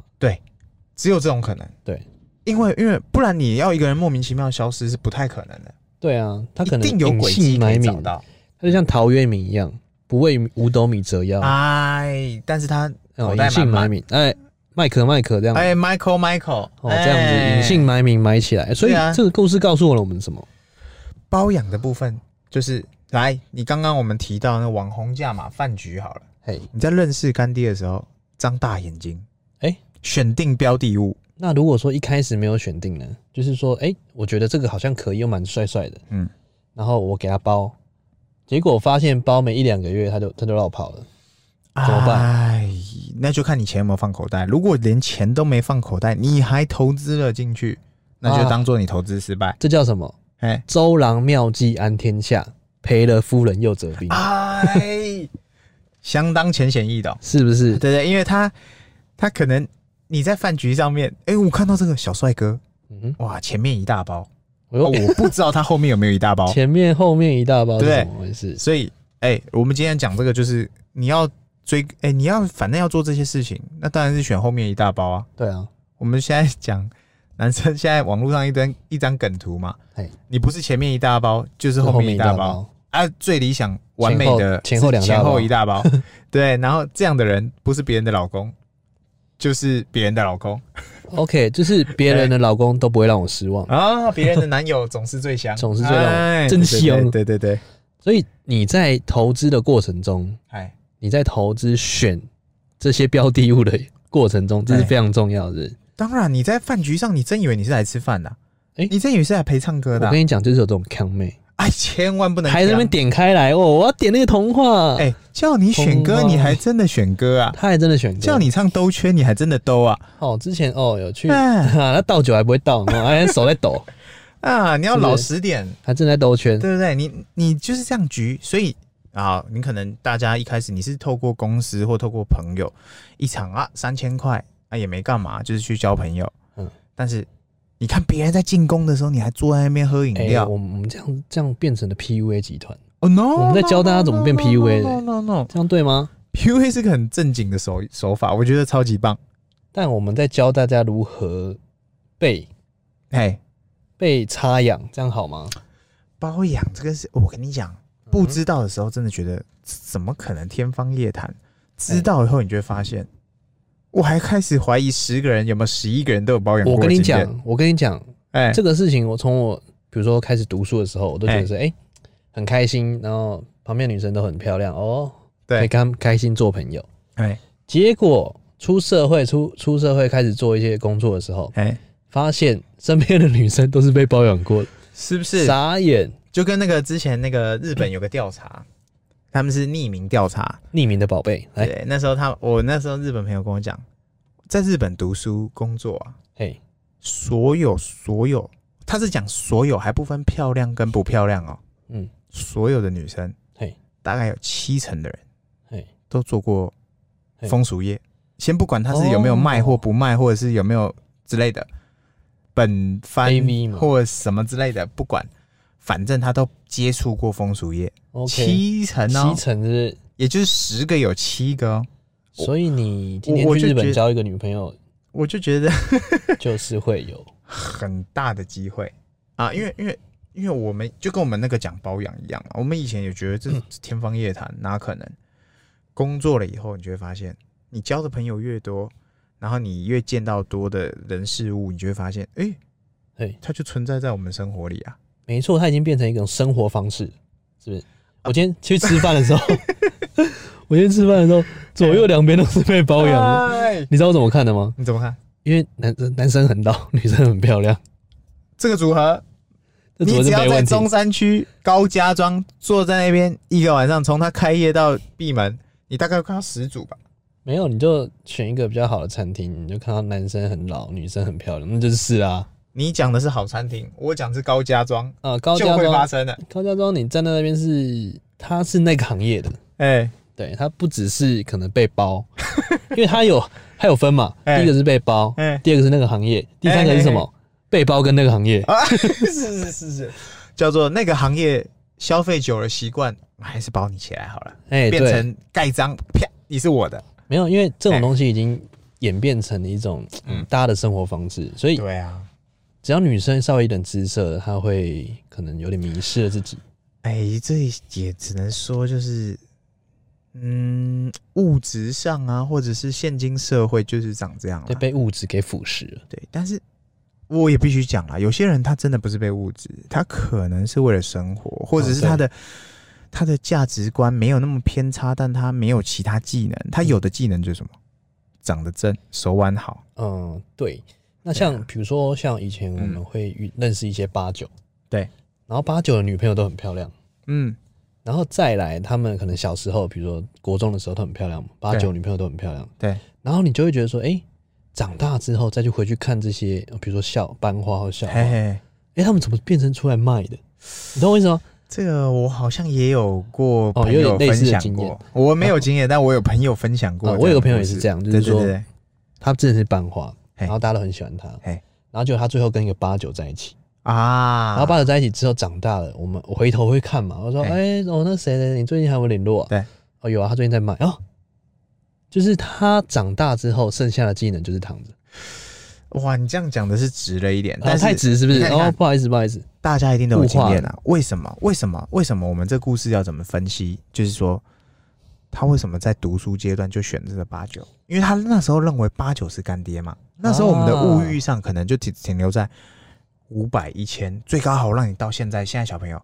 [SPEAKER 2] 只有这种可能。
[SPEAKER 1] 对，
[SPEAKER 2] 因为因为不然你要一个人莫名其妙消失是不太可能的，
[SPEAKER 1] 对啊，他可能
[SPEAKER 2] 一定有
[SPEAKER 1] 隐
[SPEAKER 2] 轨
[SPEAKER 1] 姓
[SPEAKER 2] 迹可
[SPEAKER 1] 埋
[SPEAKER 2] 以
[SPEAKER 1] 名
[SPEAKER 2] 找，到。
[SPEAKER 1] 他就像陶渊明一样，不为五斗米折腰，
[SPEAKER 2] 哎，但是他
[SPEAKER 1] 哦
[SPEAKER 2] 口袋
[SPEAKER 1] 隐姓
[SPEAKER 2] 满满
[SPEAKER 1] 埋名，哎，麦克麦克这样，
[SPEAKER 2] 哎，Michael 哎 Michael，
[SPEAKER 1] 哦，这样子隐姓埋名埋起来。所以
[SPEAKER 2] 对啊
[SPEAKER 1] 这个故事告诉了我们什么？
[SPEAKER 2] 包养的部分就是来，你刚刚我们提到那网红价码饭局好了。
[SPEAKER 1] 嘿，
[SPEAKER 2] 你在认识干爹的时候，张大眼睛，
[SPEAKER 1] 哎
[SPEAKER 2] 选定标的物，
[SPEAKER 1] 那如果说一开始没有选定呢，就是说，哎、我觉得这个好像可以，又蛮帅帅的，
[SPEAKER 2] 嗯，
[SPEAKER 1] 然后我给他包，结果发现包没一两个月，他就他就绕跑了，怎么办
[SPEAKER 2] 哎，那就看你钱有没有放口袋。如果连钱都没放口袋，你还投资了进去，那就当做你投资失败。
[SPEAKER 1] 这叫什么？
[SPEAKER 2] 哎、
[SPEAKER 1] 周郎妙计安天下，赔了夫人又折
[SPEAKER 2] 啊
[SPEAKER 1] 兵，
[SPEAKER 2] 哎，相当浅显易懂。
[SPEAKER 1] 是不是
[SPEAKER 2] 对？对，因为他他可能你在饭局上面，哎、我看到这个小帅哥，
[SPEAKER 1] 嗯哼，
[SPEAKER 2] 哇，前面一大包，
[SPEAKER 1] 我
[SPEAKER 2] 哦
[SPEAKER 1] 说，
[SPEAKER 2] 我不知道它后面有没有一大包
[SPEAKER 1] 前面后面一大包是
[SPEAKER 2] 哦对
[SPEAKER 1] 怎么回事？
[SPEAKER 2] 所以哎、我们今天讲这个就是你要追哎、你要反正要做这些事情，那当然是选后面一大包啊。
[SPEAKER 1] 对啊，
[SPEAKER 2] 我们现在讲男生现在网络上一张一张梗图嘛
[SPEAKER 1] 嘿，
[SPEAKER 2] 你不是前面一大包，就是后
[SPEAKER 1] 后
[SPEAKER 2] 面
[SPEAKER 1] 面
[SPEAKER 2] 一
[SPEAKER 1] 大
[SPEAKER 2] 大包。，啊，最理想完美的
[SPEAKER 1] 前后前后两大包
[SPEAKER 2] 前后一 大包，对，然后这样的人不是别人的老公，就是别人的老公
[SPEAKER 1] OK，就是别人的老公都不会让我失 望，
[SPEAKER 2] 啊，别人的男友总是最 香，
[SPEAKER 1] 总是最老
[SPEAKER 2] 哎
[SPEAKER 1] 真香
[SPEAKER 2] 对对对对对，
[SPEAKER 1] 所以你在投资的过程中，
[SPEAKER 2] 哎，
[SPEAKER 1] 你在投资选这些标的物的过程中，这是
[SPEAKER 2] 哎
[SPEAKER 1] 非常重要的。
[SPEAKER 2] 当然你在饭局上，你真以为你是来吃饭的啊，
[SPEAKER 1] 哎
[SPEAKER 2] 你真以为是来陪唱歌
[SPEAKER 1] 我
[SPEAKER 2] 的啊，
[SPEAKER 1] 跟你讲，就是有这种坑妹，
[SPEAKER 2] 哎，千万不能
[SPEAKER 1] 还在那边
[SPEAKER 2] 这
[SPEAKER 1] 点
[SPEAKER 2] 样，
[SPEAKER 1] 开来哦，我要点那个童话，
[SPEAKER 2] 哎，叫你选歌，
[SPEAKER 1] 红花
[SPEAKER 2] 你还真的选歌啊，
[SPEAKER 1] 他还真的选歌
[SPEAKER 2] 叫你唱兜圈，你还真的兜啊，
[SPEAKER 1] 哦，之前哦有去， 哈
[SPEAKER 2] 哎
[SPEAKER 1] 哈他倒酒还不会倒，哦哎手在抖，
[SPEAKER 2] 啊，你要
[SPEAKER 1] 是不是
[SPEAKER 2] 老实点，
[SPEAKER 1] 还正在兜圈，
[SPEAKER 2] 对不对？你你就是这样局，所以啊，你可能大家一开始你是透过公司或透过朋友一场啊三千块啊也没干嘛，就是去交朋友。嗯
[SPEAKER 1] 嗯，
[SPEAKER 2] 但是你看别人在进攻的时候，你还坐在那边喝饮
[SPEAKER 1] 哎、
[SPEAKER 2] 料。
[SPEAKER 1] 我们我们这样这样变成了 PUA 集团，
[SPEAKER 2] 哦 no！
[SPEAKER 1] 我们在教大家怎么变 PUA 的
[SPEAKER 2] No no no！PUA
[SPEAKER 1] 这样对吗？
[SPEAKER 2] 是个很正经的手手法，我觉得超级棒。
[SPEAKER 1] 但我们在教大家如何被
[SPEAKER 2] 哎，
[SPEAKER 1] 被插养，这样好吗？
[SPEAKER 2] 包养这个是我跟你讲，不知道的时候真的觉得怎么可能天方夜谭？知道以后你就会发现，我还开始怀疑十个人有没有十一个人都有包养过。
[SPEAKER 1] 我跟你，讲，我跟你讲，
[SPEAKER 2] 哎、
[SPEAKER 1] 这个事情我从我比如说开始读书的时候，我都觉
[SPEAKER 2] 哎
[SPEAKER 1] 得是哎、很开心，然后旁边的女生都很漂亮哦，
[SPEAKER 2] 对
[SPEAKER 1] 可以跟她们开心做朋友。
[SPEAKER 2] 哎
[SPEAKER 1] 结果出社会出出社会开始做一些工作的时候，
[SPEAKER 2] 哎，
[SPEAKER 1] 发现身边的女生都是被包养过的，
[SPEAKER 2] 是不是？啊
[SPEAKER 1] 傻眼，
[SPEAKER 2] 就跟那个之前那个日本有个调查，他们是匿名调查。
[SPEAKER 1] 匿名的宝贝，哎来，
[SPEAKER 2] 对，那时候他我那时候日本朋友跟我讲，在日本读书工作啊，
[SPEAKER 1] 嘿，
[SPEAKER 2] 所有所有，他是讲所有还不分漂亮跟不漂亮哦，
[SPEAKER 1] 嗯，
[SPEAKER 2] 所有的女生，
[SPEAKER 1] 嘿，
[SPEAKER 2] 大概有七成的人，
[SPEAKER 1] 嘿，
[SPEAKER 2] 都做过
[SPEAKER 1] 嘿哦
[SPEAKER 2] 风俗业。先不管他是有没有卖或不卖，或者是有没有之类的本番
[SPEAKER 1] AV 嘛
[SPEAKER 2] 或什么之类的，不管，反正他都接触过风俗业，
[SPEAKER 1] ，OK，
[SPEAKER 2] 七成哦
[SPEAKER 1] 七，成是
[SPEAKER 2] 也就是十个有七个哦。
[SPEAKER 1] 不是，所以你今天
[SPEAKER 2] 我我
[SPEAKER 1] 去
[SPEAKER 2] 就
[SPEAKER 1] 日
[SPEAKER 2] 觉
[SPEAKER 1] 本
[SPEAKER 2] 得
[SPEAKER 1] 交一个女朋友，
[SPEAKER 2] 我就觉得
[SPEAKER 1] 就是会有，
[SPEAKER 2] 很大的机会啊，因为因为因为我们就跟我们那个讲包养一样嘛，我们以前也觉得这这天方夜谭，哪可能？工作了以后，你就会发现，你交的朋友越多，然后你越见到多的人事物，你就会发现，哎、
[SPEAKER 1] 嘿，
[SPEAKER 2] 它就存在在我们生活里啊。
[SPEAKER 1] 没错，它已经变成一种生活方式，是不是？
[SPEAKER 2] 啊
[SPEAKER 1] 我今天去吃饭的时候， 我今天吃饭的时候，左右两边都是被包养的，
[SPEAKER 2] 哎，
[SPEAKER 1] 你知道我怎么看的吗？
[SPEAKER 2] 你怎么看
[SPEAKER 1] 因为男男生很老， 女生很漂亮，
[SPEAKER 2] 这个组合？
[SPEAKER 1] 这
[SPEAKER 2] 你
[SPEAKER 1] 绝
[SPEAKER 2] 只
[SPEAKER 1] 对
[SPEAKER 2] 要
[SPEAKER 1] 没
[SPEAKER 2] 在
[SPEAKER 1] 问题。
[SPEAKER 2] 中山区高家庄坐在那边一个晚上，从它开业到闭门，你大概会看到十组吧。
[SPEAKER 1] 没有，你就选一个比较好的餐厅，你就看到男生很老，女生很漂亮，那就是啊。
[SPEAKER 2] 你讲的是好餐厅，我讲是高家庄，
[SPEAKER 1] 啊，高
[SPEAKER 2] 就
[SPEAKER 1] 家
[SPEAKER 2] 会发
[SPEAKER 1] 庄，
[SPEAKER 2] 生的。
[SPEAKER 1] 高家庄，你站在那边是，他是那个行业的，
[SPEAKER 2] 哎、
[SPEAKER 1] 对他不只是可能被 包，因为他有他有分嘛，
[SPEAKER 2] 哎
[SPEAKER 1] 第一个是被包，
[SPEAKER 2] 哎
[SPEAKER 1] 第二个是那个行业，第三个是什么？被包跟那个行业，
[SPEAKER 2] 啊， 是是是是，叫做那个行业消费久了习惯，还是包你起来好了，
[SPEAKER 1] 哎，
[SPEAKER 2] 变
[SPEAKER 1] 对，
[SPEAKER 2] 成盖章，啪，你是我的。
[SPEAKER 1] 没有，因为这
[SPEAKER 2] 哎
[SPEAKER 1] 种东西已经演变成了一种
[SPEAKER 2] 嗯
[SPEAKER 1] 嗯大家的生活方式，所以
[SPEAKER 2] 对啊，
[SPEAKER 1] 只要女生稍微有点姿色，她会可能有点迷失了自己。
[SPEAKER 2] 哎、这也只能说就是，嗯，物质上啊，或者是现今社会就是长这样
[SPEAKER 1] 对，
[SPEAKER 2] 了。
[SPEAKER 1] 被物质给腐蚀了。
[SPEAKER 2] 对，但是我也必须讲啦，有些人他真的不是被物质，他可能是为了生活，或者是
[SPEAKER 1] 哦
[SPEAKER 2] 他的、他的价值观没有那么偏差，但他没有其他技能，他有的技能就是什么，长得正，手腕好，
[SPEAKER 1] 嗯，对。那
[SPEAKER 2] 对啊
[SPEAKER 1] 像比如说，像以前我们会遇认识一些八九，
[SPEAKER 2] 对，
[SPEAKER 1] 然后八九的女朋友都很漂亮，
[SPEAKER 2] 嗯，
[SPEAKER 1] 然后再来他们可能小时候，比如说国中的时候都很漂亮嘛，八
[SPEAKER 2] 对
[SPEAKER 1] 九女朋友都很漂亮，
[SPEAKER 2] 对，
[SPEAKER 1] 然后你就会觉得说，哎、长大之后再去回去看这些，呃比如说校班花或校花，
[SPEAKER 2] 嘿
[SPEAKER 1] 哎、
[SPEAKER 2] 嘿，
[SPEAKER 1] 他们怎么变成出来卖的？你懂我意思吗？
[SPEAKER 2] 这个我好像也有过
[SPEAKER 1] 哦
[SPEAKER 2] 朋
[SPEAKER 1] 有点
[SPEAKER 2] 友
[SPEAKER 1] 类
[SPEAKER 2] 分
[SPEAKER 1] 似的
[SPEAKER 2] 享
[SPEAKER 1] 经
[SPEAKER 2] 过，
[SPEAKER 1] 验
[SPEAKER 2] 我没有经验，但我有朋友分享过
[SPEAKER 1] 啊
[SPEAKER 2] 这样的故事、
[SPEAKER 1] 我有个朋友也是这样就是说
[SPEAKER 2] 对对对
[SPEAKER 1] 她真的是班花，
[SPEAKER 2] 嘿
[SPEAKER 1] 然后大家都很喜欢她，
[SPEAKER 2] 嘿
[SPEAKER 1] 然后就她最后跟一个八九在一起，
[SPEAKER 2] 啊、啊，
[SPEAKER 1] 然后八友在一起之后长大了，我们我回头会看嘛，我说，
[SPEAKER 2] 哎
[SPEAKER 1] 哎、哦，那谁谁，你最近还有没有联络、啊？
[SPEAKER 2] 对，
[SPEAKER 1] 哦，有啊，他最近在卖哦。就是他长大之后，剩下的技能就是躺着，
[SPEAKER 2] 哇，你这样讲的是直了一点，
[SPEAKER 1] 啊
[SPEAKER 2] 但是
[SPEAKER 1] 太直是不是？
[SPEAKER 2] 你看你看
[SPEAKER 1] 哦，不好意思，不好意思，
[SPEAKER 2] 大家一定都有经验
[SPEAKER 1] 物
[SPEAKER 2] 啊。为什么？为什么？为什么我们这故事要怎么分析？就是说，他为什么在读书阶段就选择了八九？因为他那时候认为八九是干爹嘛。那时候我们的物欲上可能就停停留在五百、一千，最高好让你到现在。现在小朋友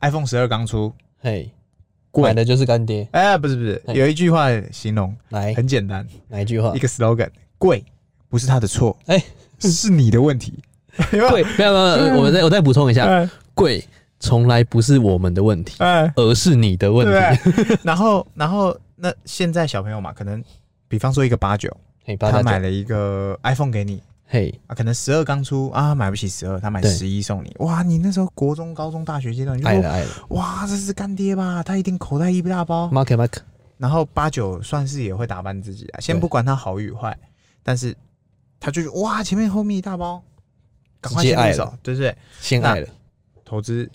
[SPEAKER 2] ，iPhone 十二刚出，
[SPEAKER 1] 嘿，
[SPEAKER 2] 贵
[SPEAKER 1] 买的就是干爹。
[SPEAKER 2] 哎、不是不是，
[SPEAKER 1] 哎
[SPEAKER 2] 有一句话形容
[SPEAKER 1] 来，
[SPEAKER 2] 很简单，
[SPEAKER 1] 哪一句话
[SPEAKER 2] 一？个 slogan：贵不是他的错，
[SPEAKER 1] 哎
[SPEAKER 2] 是你的问题。
[SPEAKER 1] 贵， 没有没有，没有我再我再补充一下，
[SPEAKER 2] 哎
[SPEAKER 1] 贵从来不是我们的问题，
[SPEAKER 2] 哎。
[SPEAKER 1] 而是你的问题。
[SPEAKER 2] 对不对 然后，然后那现在小朋友嘛，可能比方说一个八九，
[SPEAKER 1] 嘿，八
[SPEAKER 2] 他
[SPEAKER 1] 加
[SPEAKER 2] 买
[SPEAKER 1] 九，
[SPEAKER 2] 了一个 iPhone 给你
[SPEAKER 1] 嘿，
[SPEAKER 2] 啊，可能十二刚出啊，买不起十二，他买
[SPEAKER 1] 对
[SPEAKER 2] 十一送你。哇，你那时候国中、高中、大学阶段你就
[SPEAKER 1] 爱了
[SPEAKER 2] 说，
[SPEAKER 1] 爱了
[SPEAKER 2] 哇，这是干爹吧？他一定口袋一大包。
[SPEAKER 1] ，Mark Mark，
[SPEAKER 2] 然后八九算是也会打扮自己啊，先
[SPEAKER 1] 对
[SPEAKER 2] 不管他好与坏，但是他就是哇，前面后面一大包，赶快
[SPEAKER 1] 直接
[SPEAKER 2] 先入
[SPEAKER 1] 爱
[SPEAKER 2] 手，对不对？
[SPEAKER 1] 先爱了，
[SPEAKER 2] 投资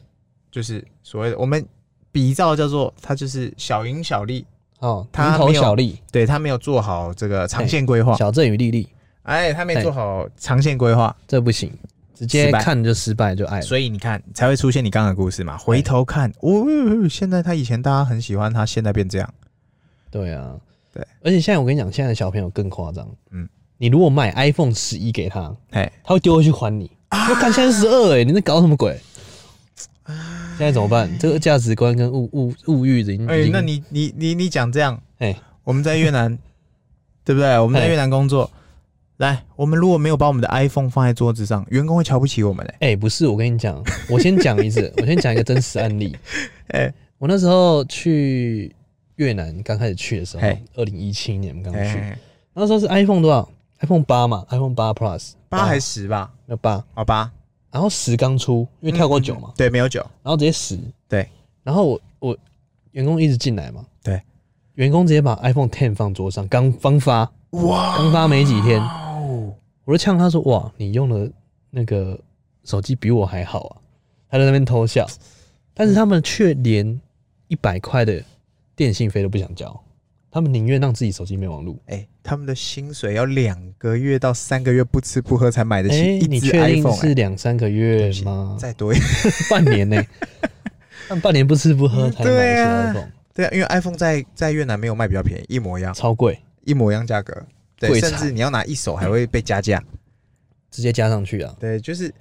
[SPEAKER 2] 就是所谓的我们比照叫做他就是小赢小利。
[SPEAKER 1] 哦，
[SPEAKER 2] 他
[SPEAKER 1] 蝇头
[SPEAKER 2] 没有
[SPEAKER 1] 小利，
[SPEAKER 2] 对他没有做好这个长线规划，
[SPEAKER 1] 小郑与丽丽，
[SPEAKER 2] 哎，他没做好长线规划，
[SPEAKER 1] 这不行，直接
[SPEAKER 2] 失败
[SPEAKER 1] 看就失败就爱了。
[SPEAKER 2] 所以你看才会出现你刚刚的故事嘛。回头看，哦，现在他以前大家很喜欢他，现在变这样，
[SPEAKER 1] 对啊，
[SPEAKER 2] 对，
[SPEAKER 1] 而且现在我跟你讲，现在的小朋友更夸张，嗯
[SPEAKER 2] 嗯，
[SPEAKER 1] 你如果买 iPhone 十一给他，
[SPEAKER 2] 嘿，
[SPEAKER 1] 他会丢回去还你。
[SPEAKER 2] 啊
[SPEAKER 1] 我看现在十二哎，你在搞什么鬼？现在怎么办？这个价值观跟物物物欲已经
[SPEAKER 2] 哎、
[SPEAKER 1] 已经
[SPEAKER 2] 那你你你你讲这样，
[SPEAKER 1] 哎
[SPEAKER 2] 我们在越南， 对不对？我们在
[SPEAKER 1] 嘿
[SPEAKER 2] 越南工作，来，我们如果没有把我们的 iPhone 放在桌子上，员工会瞧不起我们嘞、
[SPEAKER 1] 哎、不是，我跟你讲，我先讲一次，我先讲一个真实案例。
[SPEAKER 2] 哎
[SPEAKER 1] 我那时候去越南刚开始去的时候
[SPEAKER 2] 嘿，
[SPEAKER 1] 二零一七年刚
[SPEAKER 2] 哎、
[SPEAKER 1] 去，那时嗯候是 iPhone 多少？iPhone 八嘛，iPhone 八 Plus，
[SPEAKER 2] 八还
[SPEAKER 1] 是
[SPEAKER 2] 是十吧？
[SPEAKER 1] 没有八？
[SPEAKER 2] 哦，八，
[SPEAKER 1] 然后十刚出，因为跳
[SPEAKER 2] 嗯
[SPEAKER 1] 过九嘛，
[SPEAKER 2] 对，没有九，
[SPEAKER 1] 然后直接十。
[SPEAKER 2] 对，
[SPEAKER 1] 然后我我员工一直进来嘛，
[SPEAKER 2] 对，
[SPEAKER 1] 员工直接把 iPhone Ten 放桌上，刚刚发，
[SPEAKER 2] 哇
[SPEAKER 1] 刚发没几天，
[SPEAKER 2] 哦，
[SPEAKER 1] 我就呛他说：“哇，你用的那个手机比我还好啊！”他在那边偷笑，但是他们却连一百块的电信费都不想交，他们宁愿让自己手机没网路。
[SPEAKER 2] 哎、他们的薪水要两个月到三个月不吃不喝才买得起
[SPEAKER 1] 哎、
[SPEAKER 2] 一
[SPEAKER 1] 你
[SPEAKER 2] 只
[SPEAKER 1] 确定
[SPEAKER 2] iPhone，、
[SPEAKER 1] 是
[SPEAKER 2] 哎
[SPEAKER 1] 两三个月吗？
[SPEAKER 2] 再多一点。
[SPEAKER 1] 半年呢、但半年不吃不喝才买得
[SPEAKER 2] 对
[SPEAKER 1] 起
[SPEAKER 2] 啊
[SPEAKER 1] iPhone，、
[SPEAKER 2] 对啊，因为 iPhone 在在越南没有卖比较便宜，一模一样，
[SPEAKER 1] 超贵，
[SPEAKER 2] 一模一样价格。对，
[SPEAKER 1] 贵嗯惨
[SPEAKER 2] 甚至你要拿一手还会被加价。
[SPEAKER 1] 直接加上去啊！
[SPEAKER 2] 对，就是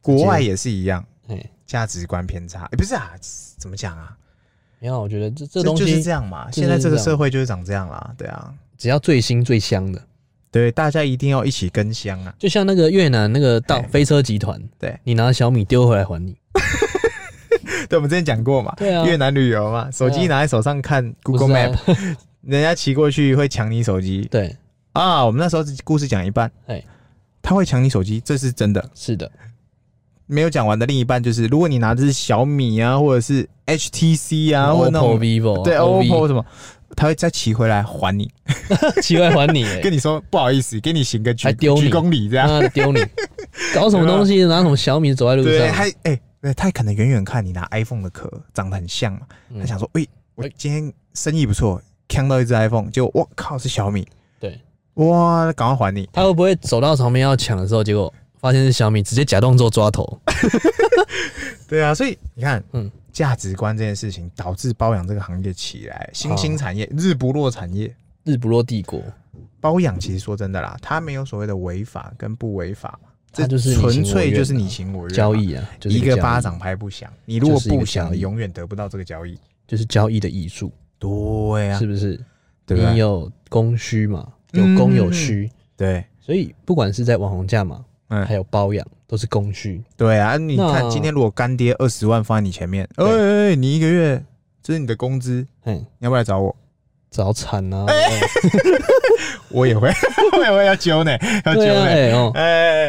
[SPEAKER 2] 国外也是一样，
[SPEAKER 1] 哎、
[SPEAKER 2] 价值观偏差。哎，不是啊，怎么讲啊？
[SPEAKER 1] 没有，我觉得这这
[SPEAKER 2] 这
[SPEAKER 1] 东
[SPEAKER 2] 就是
[SPEAKER 1] 西
[SPEAKER 2] 这样嘛。
[SPEAKER 1] 这就是
[SPEAKER 2] 现在这个
[SPEAKER 1] 这样
[SPEAKER 2] 社会就是长这样啦。对啊，
[SPEAKER 1] 只要最新最香的，
[SPEAKER 2] 对，大家一定要一起跟香啊。
[SPEAKER 1] 就像那个越南那个到
[SPEAKER 2] 嘿
[SPEAKER 1] 飞车集团，
[SPEAKER 2] 哎对
[SPEAKER 1] 你拿小米丢回来还你，
[SPEAKER 2] 对，我们之前讲过嘛，
[SPEAKER 1] 对啊
[SPEAKER 2] 越南旅游嘛，手
[SPEAKER 1] 对
[SPEAKER 2] 机
[SPEAKER 1] 啊
[SPEAKER 2] 拿在手上看
[SPEAKER 1] 不
[SPEAKER 2] Google
[SPEAKER 1] 是啊
[SPEAKER 2] Map，人家骑过去会抢你手机
[SPEAKER 1] 对，
[SPEAKER 2] 啊。我们那时候故事讲一半
[SPEAKER 1] 哎，
[SPEAKER 2] 他会抢你手机，这是真的。
[SPEAKER 1] 是的，
[SPEAKER 2] 没有讲完的另一半就是，如果你拿的是小米啊，或者是 HTC 啊，或者那
[SPEAKER 1] OPPO、
[SPEAKER 2] 种
[SPEAKER 1] vivo 啊、
[SPEAKER 2] 对 OPPO
[SPEAKER 1] OV
[SPEAKER 2] 什么，他会再骑回来还你，
[SPEAKER 1] 奇怪还你、欸，
[SPEAKER 2] 跟你说不好意思，给你行个鞠
[SPEAKER 1] 还丢你嗯
[SPEAKER 2] 鞠躬礼这样。
[SPEAKER 1] 妈的丢 你，搞什么东西？拿什么小米走在路
[SPEAKER 2] 对，
[SPEAKER 1] 上？
[SPEAKER 2] 还哎，对他可能远远看你拿 iPhone 的壳长得很像嘛，
[SPEAKER 1] 嗯
[SPEAKER 2] 他想说，哎，我
[SPEAKER 1] 哎
[SPEAKER 2] 今天生意不错，看到一只 iPhone，结果我靠是小米，
[SPEAKER 1] 对，
[SPEAKER 2] 哇，赶快还你，
[SPEAKER 1] 他会不会走到旁边要抢的时候，结果发现是小米，直接假动作抓头？
[SPEAKER 2] 对啊，所以你看，
[SPEAKER 1] 嗯
[SPEAKER 2] 嗯，价值观这件事情导致包养这个行业起来，新兴产业日不落产业。
[SPEAKER 1] 日不落帝国，
[SPEAKER 2] 包养其实说真的啦，它没有所谓的违法跟不违法嘛，
[SPEAKER 1] 它
[SPEAKER 2] 这
[SPEAKER 1] 就是你
[SPEAKER 2] 纯
[SPEAKER 1] 情我
[SPEAKER 2] 粹
[SPEAKER 1] 愿
[SPEAKER 2] 就是
[SPEAKER 1] 啊
[SPEAKER 2] 你情我愿嘛
[SPEAKER 1] 交易啊，就是
[SPEAKER 2] 一
[SPEAKER 1] 个
[SPEAKER 2] 个
[SPEAKER 1] 交易
[SPEAKER 2] 巴掌拍不响，你如果
[SPEAKER 1] 就是一个
[SPEAKER 2] 不
[SPEAKER 1] 交
[SPEAKER 2] 想，
[SPEAKER 1] 易
[SPEAKER 2] 你永远得不到这个交易。
[SPEAKER 1] 就是交易的艺术，
[SPEAKER 2] 对啊
[SPEAKER 1] 是，不是？
[SPEAKER 2] 对不嗯
[SPEAKER 1] 你
[SPEAKER 2] 对？
[SPEAKER 1] 有供需嘛，有供有需，
[SPEAKER 2] 对
[SPEAKER 1] 所以不管是在网红价嘛，
[SPEAKER 2] 嗯
[SPEAKER 1] 还有包养，都是供需。
[SPEAKER 2] 对啊，你
[SPEAKER 1] 那
[SPEAKER 2] 看今天如果干爹二十万放在你前面，哎
[SPEAKER 1] 对
[SPEAKER 2] 哎哎，你一个月这是你的工资，
[SPEAKER 1] 嗯，
[SPEAKER 2] 你要不要来找我？
[SPEAKER 1] 早产啊，
[SPEAKER 2] 哎我也会， 我也会要揪呢，要揪
[SPEAKER 1] 对啊，
[SPEAKER 2] 呢。
[SPEAKER 1] 哎哦，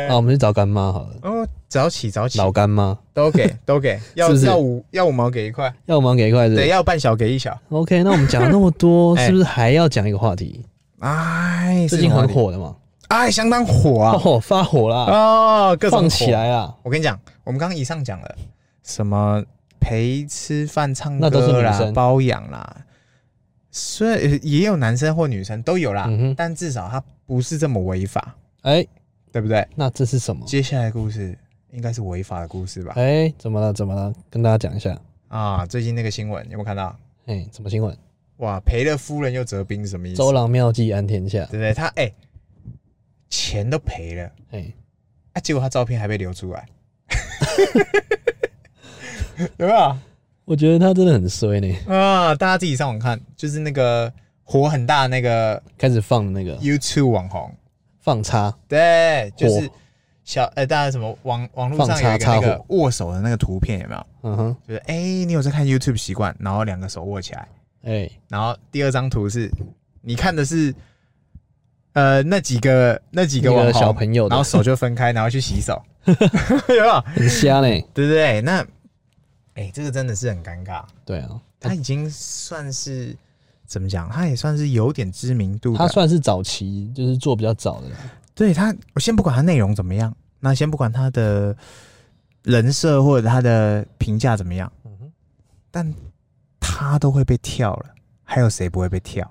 [SPEAKER 2] 哎
[SPEAKER 1] 那，我们去找干妈好了，
[SPEAKER 2] 哦，早起早起，
[SPEAKER 1] 老干妈，
[SPEAKER 2] 都 给都给，要
[SPEAKER 1] 是不是
[SPEAKER 2] 要五要五毛给一块，
[SPEAKER 1] 要我们给一块是不是
[SPEAKER 2] 对，要半小给一小。
[SPEAKER 1] OK，那我们讲了那么多，
[SPEAKER 2] 哎
[SPEAKER 1] 是不是还要讲一个话题？
[SPEAKER 2] 哎，
[SPEAKER 1] 最近
[SPEAKER 2] 是
[SPEAKER 1] 很
[SPEAKER 2] 哪里
[SPEAKER 1] 火的嘛，
[SPEAKER 2] 哎，相当火啊！
[SPEAKER 1] 哦，发火啦，
[SPEAKER 2] 哦，各种
[SPEAKER 1] 放
[SPEAKER 2] 火
[SPEAKER 1] 起！来啊啦，
[SPEAKER 2] 我跟你讲，我们刚刚以上讲了什么陪吃饭、唱
[SPEAKER 1] 那都是
[SPEAKER 2] 歌
[SPEAKER 1] 女
[SPEAKER 2] 啦、
[SPEAKER 1] 生
[SPEAKER 2] 包养啦，虽然呃也有男生或女生都有啦，
[SPEAKER 1] 嗯哼
[SPEAKER 2] 但至少他不是这么违法，
[SPEAKER 1] 哎，
[SPEAKER 2] 对不对？
[SPEAKER 1] 那这是什么？
[SPEAKER 2] 接下来的故事应该是违法的故事吧？
[SPEAKER 1] 哎，怎么了？怎么了？跟大家讲一下，
[SPEAKER 2] 啊，最近那个新闻有没有看到？
[SPEAKER 1] 哎，什么新闻？
[SPEAKER 2] 哇，赔了夫人又折兵是什么意思？
[SPEAKER 1] 周郎妙计安天下
[SPEAKER 2] 对，不对？他哎、钱都赔了
[SPEAKER 1] 哎，
[SPEAKER 2] 啊，结果他照片还被流出来， 有没有？
[SPEAKER 1] 我觉得他真的很衰呢，
[SPEAKER 2] 啊，大家自己上网看，就是那个火很大的那个
[SPEAKER 1] 开始放那个
[SPEAKER 2] YouTube 网红，
[SPEAKER 1] 放叉，
[SPEAKER 2] 对，就是
[SPEAKER 1] 火
[SPEAKER 2] 小呃，大家什么网网络上
[SPEAKER 1] 放叉
[SPEAKER 2] 有一个那
[SPEAKER 1] 插
[SPEAKER 2] 个
[SPEAKER 1] 火
[SPEAKER 2] 握手的那个图片有没有？
[SPEAKER 1] 嗯哼，
[SPEAKER 2] 就是哎、你有在看 YouTube 习惯，然后两个手握起来，
[SPEAKER 1] 哎，
[SPEAKER 2] 然后第二张图是你看的是呃那几个那几个
[SPEAKER 1] 那个
[SPEAKER 2] 网红
[SPEAKER 1] 小朋友的
[SPEAKER 2] 然后手就分 开，然后去洗手， 有没有？
[SPEAKER 1] 很瞎呢，
[SPEAKER 2] 对不对？那哎、这个真的是很尴尬。
[SPEAKER 1] 对啊，
[SPEAKER 2] 他已经算是怎么讲？他也算是有点知名度的。
[SPEAKER 1] 他算是早期就是做比较早的啦，
[SPEAKER 2] 对他，我先不管他内容怎么样，那先不管他的人设或者他的评价怎么样，
[SPEAKER 1] 嗯哼，
[SPEAKER 2] 但他都会被跳了，还有谁不会被跳？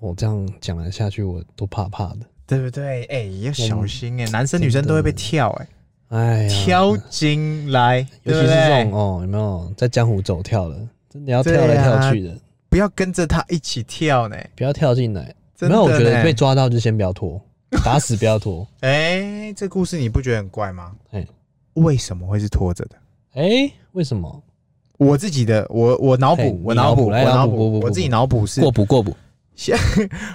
[SPEAKER 1] 我哦这样讲了下去，我都怕怕的，
[SPEAKER 2] 对不对？哎、要
[SPEAKER 1] 我
[SPEAKER 2] 小
[SPEAKER 1] 们
[SPEAKER 2] 心哎、男生女生都会被跳哎、
[SPEAKER 1] 哎呀，
[SPEAKER 2] 挑进来，
[SPEAKER 1] 尤其
[SPEAKER 2] 对不
[SPEAKER 1] 是这
[SPEAKER 2] 对
[SPEAKER 1] 种？哦，有没有在江湖走跳的？真的要跳来
[SPEAKER 2] 对啊
[SPEAKER 1] 跳去的，
[SPEAKER 2] 不要跟着他一起跳呢、
[SPEAKER 1] 不要跳进来。
[SPEAKER 2] 真
[SPEAKER 1] 没
[SPEAKER 2] 的
[SPEAKER 1] 有，我觉
[SPEAKER 2] 呢
[SPEAKER 1] 得被抓到就先不要拖，打死不要拖。
[SPEAKER 2] 哎、这故事你不觉得很怪吗？
[SPEAKER 1] 哎
[SPEAKER 2] 为什么会是拖着的？
[SPEAKER 1] 哎、为什么
[SPEAKER 2] 我自己的，我我脑
[SPEAKER 1] 嘿
[SPEAKER 2] 补
[SPEAKER 1] 你，
[SPEAKER 2] 我
[SPEAKER 1] 脑
[SPEAKER 2] 脑
[SPEAKER 1] 补
[SPEAKER 2] 补，
[SPEAKER 1] 来
[SPEAKER 2] 我
[SPEAKER 1] 脑
[SPEAKER 2] 脑
[SPEAKER 1] 补补
[SPEAKER 2] 补，
[SPEAKER 1] 补
[SPEAKER 2] 我自己脑补是，
[SPEAKER 1] 补过补？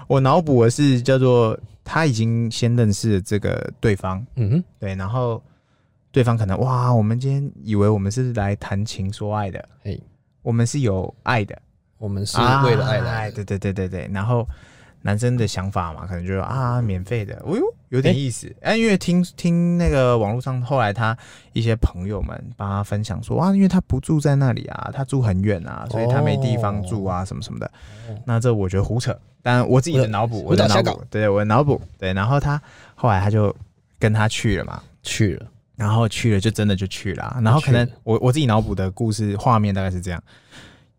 [SPEAKER 2] 我脑补的是叫做他已经先认识了这个对方，
[SPEAKER 1] 嗯哼，
[SPEAKER 2] 对，然后对方可能哇，我们今天以为我们是来谈情说爱的，
[SPEAKER 1] 哎，
[SPEAKER 2] 我们是有爱的，
[SPEAKER 1] 我们是
[SPEAKER 2] 啊
[SPEAKER 1] 为了爱来的。
[SPEAKER 2] 对对对对对，然后。男生的想法嘛，可能就说
[SPEAKER 1] 嗯
[SPEAKER 2] 啊，免费的，哎呦，有点
[SPEAKER 1] 哎
[SPEAKER 2] 意思。哎、因为听听那个网络上，后来他一些朋友们帮他分享说，哇，因为他不住在那里啊，他住很远啊，
[SPEAKER 1] 哦
[SPEAKER 2] 所以他没地方住啊，什么什么的。那这我觉得胡扯，但我自己的脑补，
[SPEAKER 1] 嗯我
[SPEAKER 2] 我
[SPEAKER 1] 的
[SPEAKER 2] 的
[SPEAKER 1] 瞎
[SPEAKER 2] 脑
[SPEAKER 1] 搞
[SPEAKER 2] 补，对我的脑补，对。然后他后来他就跟他去了嘛，
[SPEAKER 1] 去了，
[SPEAKER 2] 然后去了就真的就去了啊、然后可能
[SPEAKER 1] 去
[SPEAKER 2] 我我自己脑补的故事画面大概是这样：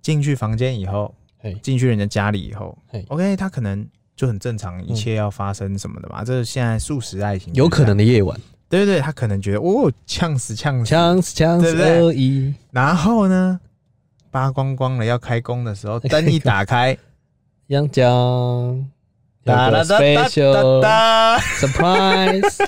[SPEAKER 2] 进去房间以后
[SPEAKER 1] 嘿，
[SPEAKER 2] 进去人家家里以后
[SPEAKER 1] 嘿
[SPEAKER 2] ，OK，他可能就很正常，一切要发生什么的嘛。这是现在素食爱情
[SPEAKER 1] 有可能的
[SPEAKER 2] 的，
[SPEAKER 1] 夜晚，
[SPEAKER 2] 对对对，他可能觉得哦，呛死呛死，
[SPEAKER 1] 枪枪
[SPEAKER 2] 对不对
[SPEAKER 1] 二一，
[SPEAKER 2] 然后呢，扒光光了要开工的时候，灯一打开，
[SPEAKER 1] 杨江有
[SPEAKER 2] 哒
[SPEAKER 1] 个
[SPEAKER 2] 啦哒哒哒
[SPEAKER 1] special
[SPEAKER 2] 哒，
[SPEAKER 1] surprise，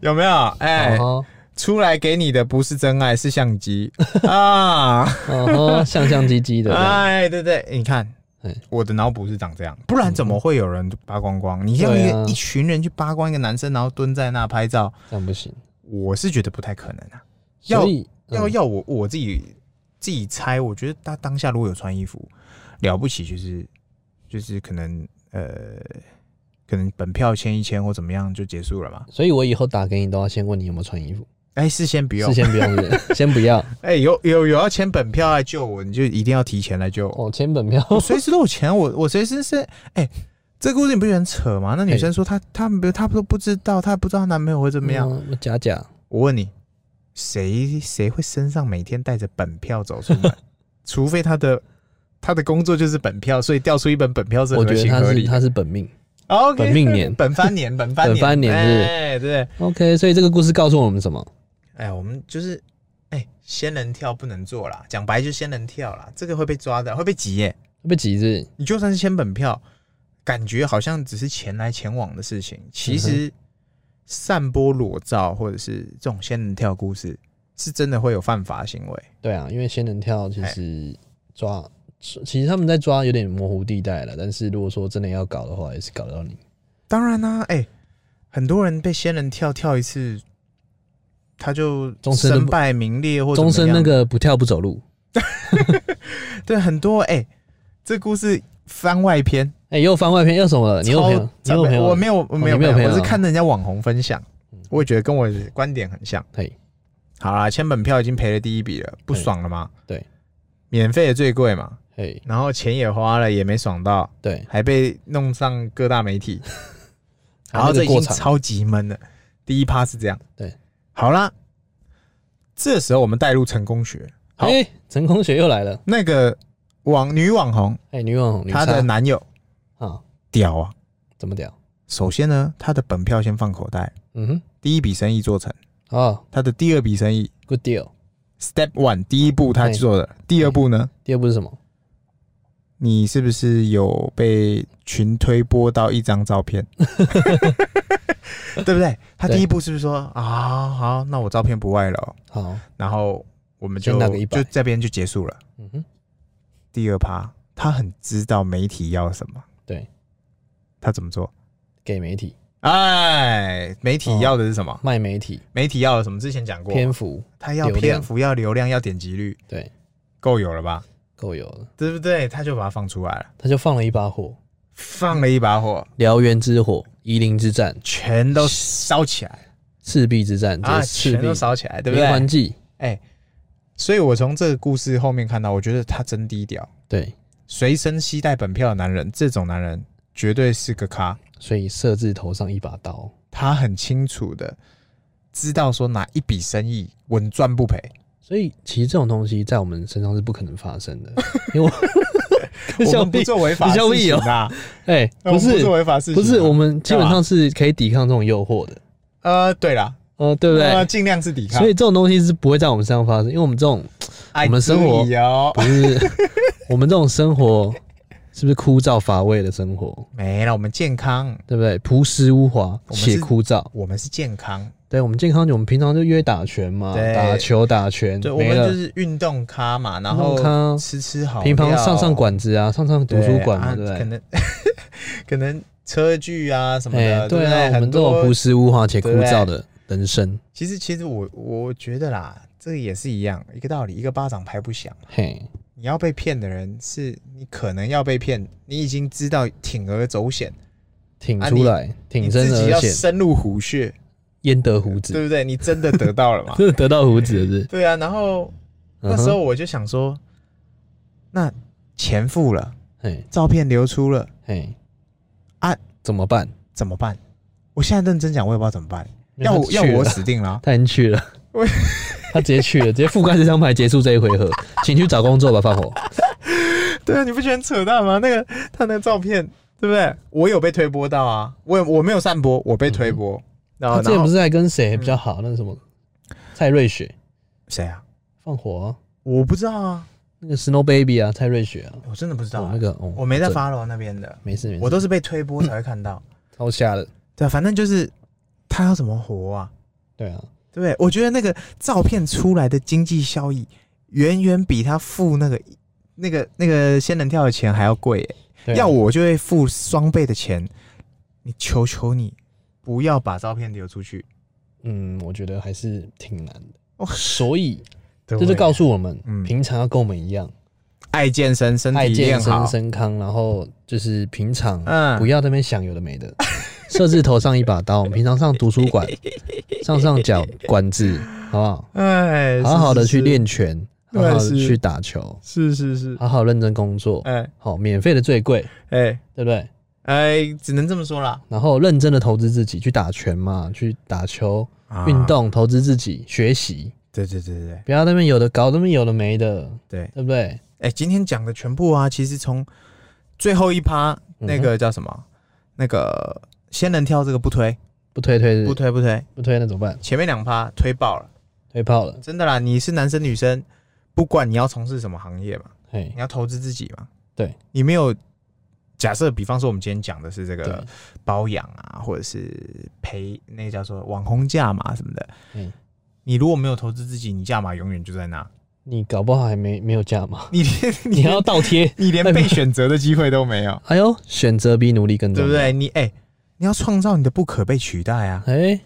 [SPEAKER 2] 有没有？哎
[SPEAKER 1] 嗯，哼
[SPEAKER 2] 出来给你的不是真爱，是相机啊。
[SPEAKER 1] 嗯哼，像像唧唧的这样，
[SPEAKER 2] 哎，对对，你看
[SPEAKER 1] 哎，
[SPEAKER 2] 我的脑补是长这样，不然怎么会有人扒光光？你要一
[SPEAKER 1] 对啊
[SPEAKER 2] 个一群人去扒光一个男生，然后蹲在那拍照，
[SPEAKER 1] 这样不行。
[SPEAKER 2] 我是觉得不太可能啊。要
[SPEAKER 1] 所以
[SPEAKER 2] 要
[SPEAKER 1] 嗯
[SPEAKER 2] 要我我自己自己猜，我觉得他当下如果有穿衣服，了不起就是就是可能呃，可能本票签一签或怎么样就结束了嘛。
[SPEAKER 1] 所以我以后打给你都要先问你有没有穿衣服，
[SPEAKER 2] 哎，事先不用
[SPEAKER 1] 事，先不用问，先不要。
[SPEAKER 2] 哎，有有有要签本票来救我，你就一定要提前来救我。
[SPEAKER 1] 哦，签本票，
[SPEAKER 2] 我随时都有钱，我我随时是哎、这故事你不觉得很扯吗？
[SPEAKER 1] 哎
[SPEAKER 2] 那女生说她她没有她都不知道，她不知道她男朋友会怎么样。
[SPEAKER 1] 嗯？我假假，
[SPEAKER 2] 我问你，谁谁会身上每天带着本票走出 门？除非他的他的工作就是本票，所以调出一本本票是
[SPEAKER 1] 我
[SPEAKER 2] 合
[SPEAKER 1] 觉得
[SPEAKER 2] 情
[SPEAKER 1] 他
[SPEAKER 2] 合
[SPEAKER 1] 是
[SPEAKER 2] 理的。
[SPEAKER 1] 他是本命。
[SPEAKER 2] o k
[SPEAKER 1] 本命年
[SPEAKER 2] 本番 年，本番年，
[SPEAKER 1] 本番年是
[SPEAKER 2] 哎，对，
[SPEAKER 1] OK，所以这个故事告诉我们什么？
[SPEAKER 2] 哎，我们就是。哎、仙人跳不能做啦，讲白就仙人跳啦，这个会被抓的，会被急耶、
[SPEAKER 1] 被挤是
[SPEAKER 2] 你就算是签本票，感觉好像只是钱来钱往的事情，其
[SPEAKER 1] 嗯
[SPEAKER 2] 实散播裸照或者是这种仙人跳故事，是真的会有犯法行为。
[SPEAKER 1] 对啊，因为仙人跳其实抓，其实他们在抓有点模糊地带了。但是如果说真的要搞的话，也是搞得到你。
[SPEAKER 2] 当然啦、哎、很多人被仙人跳跳一次，他就
[SPEAKER 1] 终身都不
[SPEAKER 2] 身败名裂或怎么
[SPEAKER 1] 终
[SPEAKER 2] 样
[SPEAKER 1] 身那个不跳不走路。
[SPEAKER 2] 对很多哎、这故事番外篇，
[SPEAKER 1] 哎、又翻外篇又什么啊了？你有
[SPEAKER 2] 超
[SPEAKER 1] 朋友？你有
[SPEAKER 2] 惨
[SPEAKER 1] 朋
[SPEAKER 2] 的
[SPEAKER 1] 友？啊哦
[SPEAKER 2] 我没有，我没有，
[SPEAKER 1] 你没有
[SPEAKER 2] 没有
[SPEAKER 1] 朋友啊嗯
[SPEAKER 2] 我是看人家网红分享，我也觉得跟我的观点很像。
[SPEAKER 1] 嘿，
[SPEAKER 2] 好啦，签本票已经赔了第一笔了，不爽了吗？
[SPEAKER 1] 对，
[SPEAKER 2] 免费的最贵嘛，
[SPEAKER 1] 嘿，
[SPEAKER 2] 然后钱也花了，也没爽到，
[SPEAKER 1] 对，
[SPEAKER 2] 还被弄上各大媒体，然后
[SPEAKER 1] 那
[SPEAKER 2] 这
[SPEAKER 1] 个
[SPEAKER 2] 已经
[SPEAKER 1] 过场
[SPEAKER 2] 超级闷了。第一趴是这样，
[SPEAKER 1] 对，
[SPEAKER 2] 好啦，这时候我们带入成功学，好
[SPEAKER 1] 哎，陈空雪又来了，
[SPEAKER 2] 那个网女网红
[SPEAKER 1] 哎，女网红，女
[SPEAKER 2] 她
[SPEAKER 1] 叉
[SPEAKER 2] 的男友
[SPEAKER 1] 啊，
[SPEAKER 2] 屌啊！
[SPEAKER 1] 怎么屌？
[SPEAKER 2] 首先呢，她的本票先放口袋，
[SPEAKER 1] 嗯
[SPEAKER 2] 第一笔生意做成，
[SPEAKER 1] 哼，哦
[SPEAKER 2] 她的第二笔生意
[SPEAKER 1] ，good deal。
[SPEAKER 2] step one 第一步她
[SPEAKER 1] 嘿
[SPEAKER 2] 做的，第二步呢，
[SPEAKER 1] 第二步是什么？
[SPEAKER 2] 你是不是有被群推播到一张照片？ 对不对？他
[SPEAKER 1] 对
[SPEAKER 2] 第一步是不是说啊，好，那我照片不外露，
[SPEAKER 1] 好，
[SPEAKER 2] 然后我们
[SPEAKER 1] 先
[SPEAKER 2] 就
[SPEAKER 1] 拿个100
[SPEAKER 2] 就这边就结束了。
[SPEAKER 1] 嗯哼，
[SPEAKER 2] 第二趴，他很知道媒体要什么，
[SPEAKER 1] 对
[SPEAKER 2] 他怎么做？
[SPEAKER 1] 给媒体
[SPEAKER 2] 哎，媒体要的是什么？
[SPEAKER 1] 卖媒体
[SPEAKER 2] 媒体要的什么？之前讲过，
[SPEAKER 1] 哦篇幅，
[SPEAKER 2] 他要
[SPEAKER 1] 流量
[SPEAKER 2] 篇幅，要流量，要点击率，
[SPEAKER 1] 对，
[SPEAKER 2] 够有了吧？
[SPEAKER 1] 够有了，
[SPEAKER 2] 对不对？他就把它放出来了，
[SPEAKER 1] 他就放了一把火，
[SPEAKER 2] 放了一把火，
[SPEAKER 1] 燎原之火，夷陵之战，
[SPEAKER 2] 全都烧起来。
[SPEAKER 1] 赤壁之战，
[SPEAKER 2] 啊，
[SPEAKER 1] 这是赤
[SPEAKER 2] 全
[SPEAKER 1] 壁
[SPEAKER 2] 都烧起来，对不
[SPEAKER 1] 连环
[SPEAKER 2] 对？
[SPEAKER 1] 计，
[SPEAKER 2] 所以我从这个故事后面看到，我觉得他真低调，
[SPEAKER 1] 对，
[SPEAKER 2] 随身携带本票的男人，这种男人绝对是个咖。
[SPEAKER 1] 所以设置头上一把刀，
[SPEAKER 2] 他很清楚的知道说哪一笔生意稳赚不赔。
[SPEAKER 1] 所以其实这种东西在我们身上是不可能发生 的，因为我
[SPEAKER 2] 我
[SPEAKER 1] 笑
[SPEAKER 2] 们不
[SPEAKER 1] 屁，
[SPEAKER 2] 做违法
[SPEAKER 1] 你
[SPEAKER 2] 的
[SPEAKER 1] 笑
[SPEAKER 2] 事
[SPEAKER 1] 屁
[SPEAKER 2] 情啊，
[SPEAKER 1] 哎，
[SPEAKER 2] 我
[SPEAKER 1] 不
[SPEAKER 2] 们
[SPEAKER 1] 是
[SPEAKER 2] 做违法的事情
[SPEAKER 1] 不
[SPEAKER 2] 啊，
[SPEAKER 1] 是，我们基本
[SPEAKER 2] 干
[SPEAKER 1] 上是可以抵抗这种诱惑的，
[SPEAKER 2] 呃，对啦，
[SPEAKER 1] 呃，对不
[SPEAKER 2] 呃
[SPEAKER 1] 对？
[SPEAKER 2] 尽量是抵抗。
[SPEAKER 1] 所以这种东西是不会在我们身上发生，因为我们这 种
[SPEAKER 2] 哎
[SPEAKER 1] 我们生活
[SPEAKER 2] 注意哦
[SPEAKER 1] 不是我们这种生活，是不是枯燥乏味的生活？
[SPEAKER 2] 没了，我们健康，
[SPEAKER 1] 对不对？朴实无华
[SPEAKER 2] 我们是
[SPEAKER 1] 且枯燥。
[SPEAKER 2] 我们是健康，
[SPEAKER 1] 对我们健康，我们平常就约打拳嘛，
[SPEAKER 2] 对
[SPEAKER 1] 打球、打拳，
[SPEAKER 2] 对，我
[SPEAKER 1] 嗯没
[SPEAKER 2] 们就
[SPEAKER 1] 了。
[SPEAKER 2] 是运动咖嘛，然
[SPEAKER 1] 运动
[SPEAKER 2] 后
[SPEAKER 1] 咖
[SPEAKER 2] 吃吃好料，
[SPEAKER 1] 平常上上馆子啊，上上图书馆嘛，对
[SPEAKER 2] 对
[SPEAKER 1] 不
[SPEAKER 2] 啊可
[SPEAKER 1] 对？
[SPEAKER 2] 能 可能车距啊什么
[SPEAKER 1] 哎
[SPEAKER 2] 的，，
[SPEAKER 1] 对
[SPEAKER 2] 不
[SPEAKER 1] 啊，我们
[SPEAKER 2] 很
[SPEAKER 1] 这种
[SPEAKER 2] 多
[SPEAKER 1] 朴实无华且枯
[SPEAKER 2] 对不对
[SPEAKER 1] 燥的人生，
[SPEAKER 2] 其实其实我我觉得啦，这也是一样一个道理，一个巴掌拍不响。
[SPEAKER 1] 嘿，
[SPEAKER 2] 你要被骗的人是你可能要被骗，你已经知道铤而走险，
[SPEAKER 1] 挺
[SPEAKER 2] 啊
[SPEAKER 1] 出
[SPEAKER 2] 你
[SPEAKER 1] 来，挺
[SPEAKER 2] 你
[SPEAKER 1] 身
[SPEAKER 2] 自己
[SPEAKER 1] 而
[SPEAKER 2] 要
[SPEAKER 1] 显，
[SPEAKER 2] 深入虎穴，
[SPEAKER 1] 焉得胡
[SPEAKER 2] 对
[SPEAKER 1] 子？
[SPEAKER 2] 不对？你真的得到 了嘛？
[SPEAKER 1] 真 的得到胡子了是
[SPEAKER 2] 对啊，然后
[SPEAKER 1] 不是？
[SPEAKER 2] 那时候
[SPEAKER 1] 嗯哼，
[SPEAKER 2] 我就想说，那钱付了，
[SPEAKER 1] 嘿，
[SPEAKER 2] 照片流出了，
[SPEAKER 1] 嘿，
[SPEAKER 2] 啊，
[SPEAKER 1] 怎么办？
[SPEAKER 2] 怎么办？我现在认真讲，我也不知道怎么办。要我
[SPEAKER 1] 他
[SPEAKER 2] 要
[SPEAKER 1] 去
[SPEAKER 2] 我
[SPEAKER 1] 了
[SPEAKER 2] 死定 了啊，
[SPEAKER 1] 他已经去了
[SPEAKER 2] 我，
[SPEAKER 1] 他直接去了，直接覆盖这张牌，结束这一回 合，请去找工作吧，放火。
[SPEAKER 2] 对啊，你不觉得很扯淡吗？那个他那个照片，对不对？我有被推播到啊，我有我没有散播，我被推播。然
[SPEAKER 1] 嗯他
[SPEAKER 2] 后
[SPEAKER 1] 之前
[SPEAKER 2] 哦然
[SPEAKER 1] 不
[SPEAKER 2] 后
[SPEAKER 1] 是还跟谁比较好？那个什么蔡瑞雪
[SPEAKER 2] 谁啊？
[SPEAKER 1] 放火、啊，
[SPEAKER 2] 我不知道啊，
[SPEAKER 1] 那个 Snow Baby 啊，蔡瑞雪啊，
[SPEAKER 2] 我真的不知道、
[SPEAKER 1] 哦
[SPEAKER 2] 啊
[SPEAKER 1] 那个哦，
[SPEAKER 2] 我没在
[SPEAKER 1] 这，
[SPEAKER 2] follow 那边的，
[SPEAKER 1] 没事没事，
[SPEAKER 2] 我都是被推播才会看到。
[SPEAKER 1] 超瞎了。
[SPEAKER 2] 对啊，反正就是他要怎么活啊？
[SPEAKER 1] 对啊，
[SPEAKER 2] 对不对？我觉得那个照片出来的经济效益，远远比他付那个那个那个仙人跳的钱还要贵耶、
[SPEAKER 1] 对啊
[SPEAKER 2] 要我就会付双倍的钱。你求求你，不要把照片流出去。
[SPEAKER 1] 嗯，我觉得还是挺难的。
[SPEAKER 2] 哦
[SPEAKER 1] 所以
[SPEAKER 2] 这
[SPEAKER 1] 这就告诉我们，
[SPEAKER 2] 嗯
[SPEAKER 1] 平常要跟我们一样，
[SPEAKER 2] 爱健身，身
[SPEAKER 1] 爱
[SPEAKER 2] 体
[SPEAKER 1] 健
[SPEAKER 2] 练好
[SPEAKER 1] 身、。身康，然后就是平常
[SPEAKER 2] 嗯
[SPEAKER 1] 不要在那边想有的没的，设置头上一把刀。我们平常上图书馆，上上脚管子，好不好？
[SPEAKER 2] 哎，
[SPEAKER 1] 好好的
[SPEAKER 2] 是
[SPEAKER 1] 去，练拳，好
[SPEAKER 2] 对
[SPEAKER 1] 好的
[SPEAKER 2] 是
[SPEAKER 1] 去打球，
[SPEAKER 2] 是是是，
[SPEAKER 1] 好好认真工作，
[SPEAKER 2] 哎
[SPEAKER 1] 好免费的最贵，
[SPEAKER 2] 哎
[SPEAKER 1] 对不对？
[SPEAKER 2] 哎，只能这么说啦。
[SPEAKER 1] 然后认真的投资自己，去打拳嘛，去打球、
[SPEAKER 2] 啊
[SPEAKER 1] 运，动，投资自己，学习，
[SPEAKER 2] 对对对对
[SPEAKER 1] 不要那边有的搞，那边有的没的，
[SPEAKER 2] 对。
[SPEAKER 1] 对不对？
[SPEAKER 2] 哎，今天讲的全部啊，其实从最后一趴
[SPEAKER 1] 嗯
[SPEAKER 2] 那个叫什么，那个仙人跳这个不推，
[SPEAKER 1] 不推推是
[SPEAKER 2] 不
[SPEAKER 1] 不推
[SPEAKER 2] 推不推，
[SPEAKER 1] 不推那怎么办？
[SPEAKER 2] 前面两趴推爆了，
[SPEAKER 1] 推爆了，
[SPEAKER 2] 真的啦。你是男生女生，不管你要从事什么行业嘛，
[SPEAKER 1] 嘿
[SPEAKER 2] 你，要投资自己嘛，
[SPEAKER 1] 对，
[SPEAKER 2] 你没有。假设，比方说我们今天讲的是这
[SPEAKER 1] 对
[SPEAKER 2] 个，包养啊，或者是陪那个叫做网红价码什么的，
[SPEAKER 1] 嗯，
[SPEAKER 2] 你如果没有投资自己，你价码永远就在那，
[SPEAKER 1] 你搞不好还没没有价嘛，
[SPEAKER 2] 你连
[SPEAKER 1] 你
[SPEAKER 2] 你
[SPEAKER 1] 还要倒贴，
[SPEAKER 2] 你连被选择的机会都没有，
[SPEAKER 1] 哎呦，选择比努力更重
[SPEAKER 2] 对
[SPEAKER 1] 要，
[SPEAKER 2] 不？对？你哎、你要创造你的不可被取代啊！
[SPEAKER 1] 哎，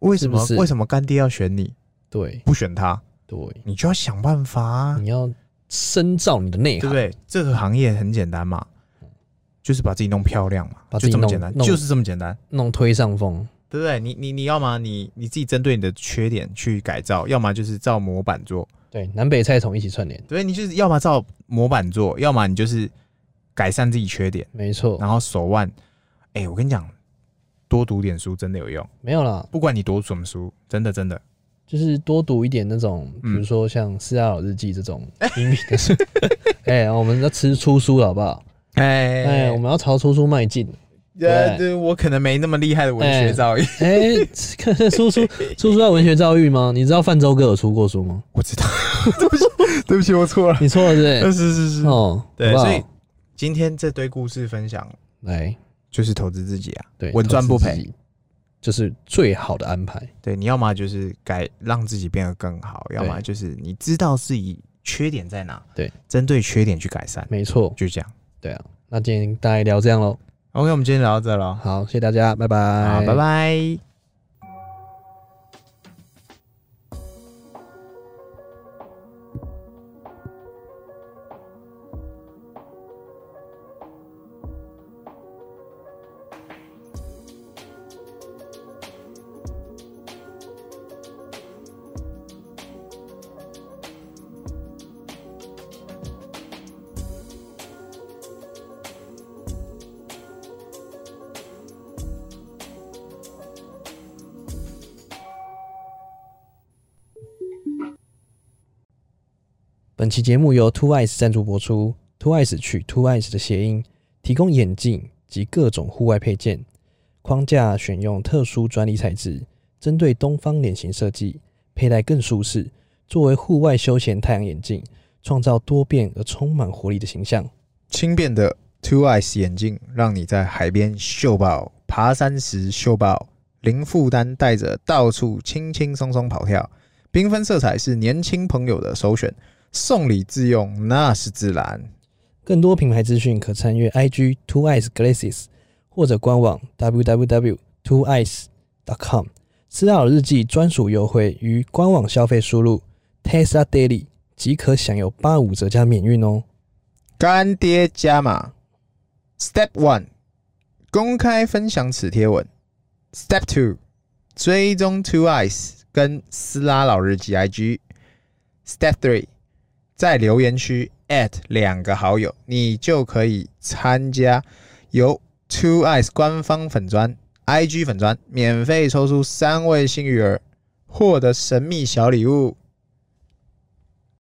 [SPEAKER 2] 为什么
[SPEAKER 1] 是不是
[SPEAKER 2] 为什么干爹要选你，
[SPEAKER 1] 对
[SPEAKER 2] 不选他，
[SPEAKER 1] 对，
[SPEAKER 2] 你就要想办法、啊，
[SPEAKER 1] 你要深造嗯你的内
[SPEAKER 2] 对
[SPEAKER 1] 涵
[SPEAKER 2] 不，对？这个行业很简单嘛，就是把自己弄漂亮嘛，
[SPEAKER 1] 把自
[SPEAKER 2] 就
[SPEAKER 1] 己
[SPEAKER 2] 这么
[SPEAKER 1] 弄
[SPEAKER 2] 简单，
[SPEAKER 1] 弄
[SPEAKER 2] 就是这么简单。
[SPEAKER 1] 弄推上风，
[SPEAKER 2] 对不对？你你你要么你你自己针对你的缺点去改造，要么就是照模板做，
[SPEAKER 1] 对，南北菜虫一起串联，
[SPEAKER 2] 对，你就是要么照模板做，要么你就是改善自己缺点，啊
[SPEAKER 1] 没错，
[SPEAKER 2] 然后手腕，哎、我跟你讲，多读点书真的有用，
[SPEAKER 1] 没有啦，
[SPEAKER 2] 不管你读什么书，真的真的。
[SPEAKER 1] 就是多读一点那种，
[SPEAKER 2] 嗯
[SPEAKER 1] 比如说像《四大佬日记》这种英语 的书。哎、我们要吃出书了好不好？
[SPEAKER 2] 哎
[SPEAKER 1] 哎、我们要朝出书迈进。
[SPEAKER 2] 呃，
[SPEAKER 1] 对
[SPEAKER 2] 对我可能没那么厉害的文学造诣，
[SPEAKER 1] 哎、看出书 出书在文学造诣吗？你知道范周哥有出过书吗？
[SPEAKER 2] 我知道， 对不起，对不起，我错了。
[SPEAKER 1] 你错了对
[SPEAKER 2] 呃
[SPEAKER 1] 不
[SPEAKER 2] 是是是
[SPEAKER 1] 对？，哦，
[SPEAKER 2] 对，
[SPEAKER 1] 哎好不好
[SPEAKER 2] 所以今天这堆故事分享
[SPEAKER 1] 来
[SPEAKER 2] 就是投资自己啊，
[SPEAKER 1] 对
[SPEAKER 2] 稳赚不，
[SPEAKER 1] 投资
[SPEAKER 2] 赔
[SPEAKER 1] 自。己就是最好的安排。
[SPEAKER 2] 对，你要么就是改让自己变得更好，要么就是你知道自己缺点在哪，
[SPEAKER 1] 对，
[SPEAKER 2] 针对缺点去改善，
[SPEAKER 1] 没错，
[SPEAKER 2] 就这样。
[SPEAKER 1] 对啊。那今天大概聊这样喽。
[SPEAKER 2] OK，我们今天聊到这了，
[SPEAKER 1] 好，谢谢大家，拜拜。
[SPEAKER 2] 好，拜拜。
[SPEAKER 1] 本期节目由 Two Eyes 赞助播出。Two Eyes 取 Two Eyes 的谐音，提供眼镜及各种户外配件，框架选用特殊专利材质，针对东方脸型设计，佩戴更舒适，作为户外休闲太阳眼镜，创造多变而充满活力的形象。
[SPEAKER 2] 轻便的 Two Eyes 眼镜，让你在海边秀爆，爬山时秀爆，零负担带着到处轻轻松松跑跳。缤纷色彩是年轻朋友的首选，送礼自用那是自然。
[SPEAKER 1] 更多品牌资讯可参阅 IG Two Eyes Glasses 或者官网 www two eyes com。斯大佬日记专属优惠于官网消费输入 Tesla Daily 即可享有八五折加免运哦。
[SPEAKER 2] 干爹加码，Step One，公开分享此贴文；Step Two，追踪 Two Eyes 跟斯拉老日记 IG；Step Three，在留言区 at 两个好友，你就可以参加由 Two Eyes 官方粉砖、IG 粉砖免费抽出三位幸运儿，获得神秘小礼物。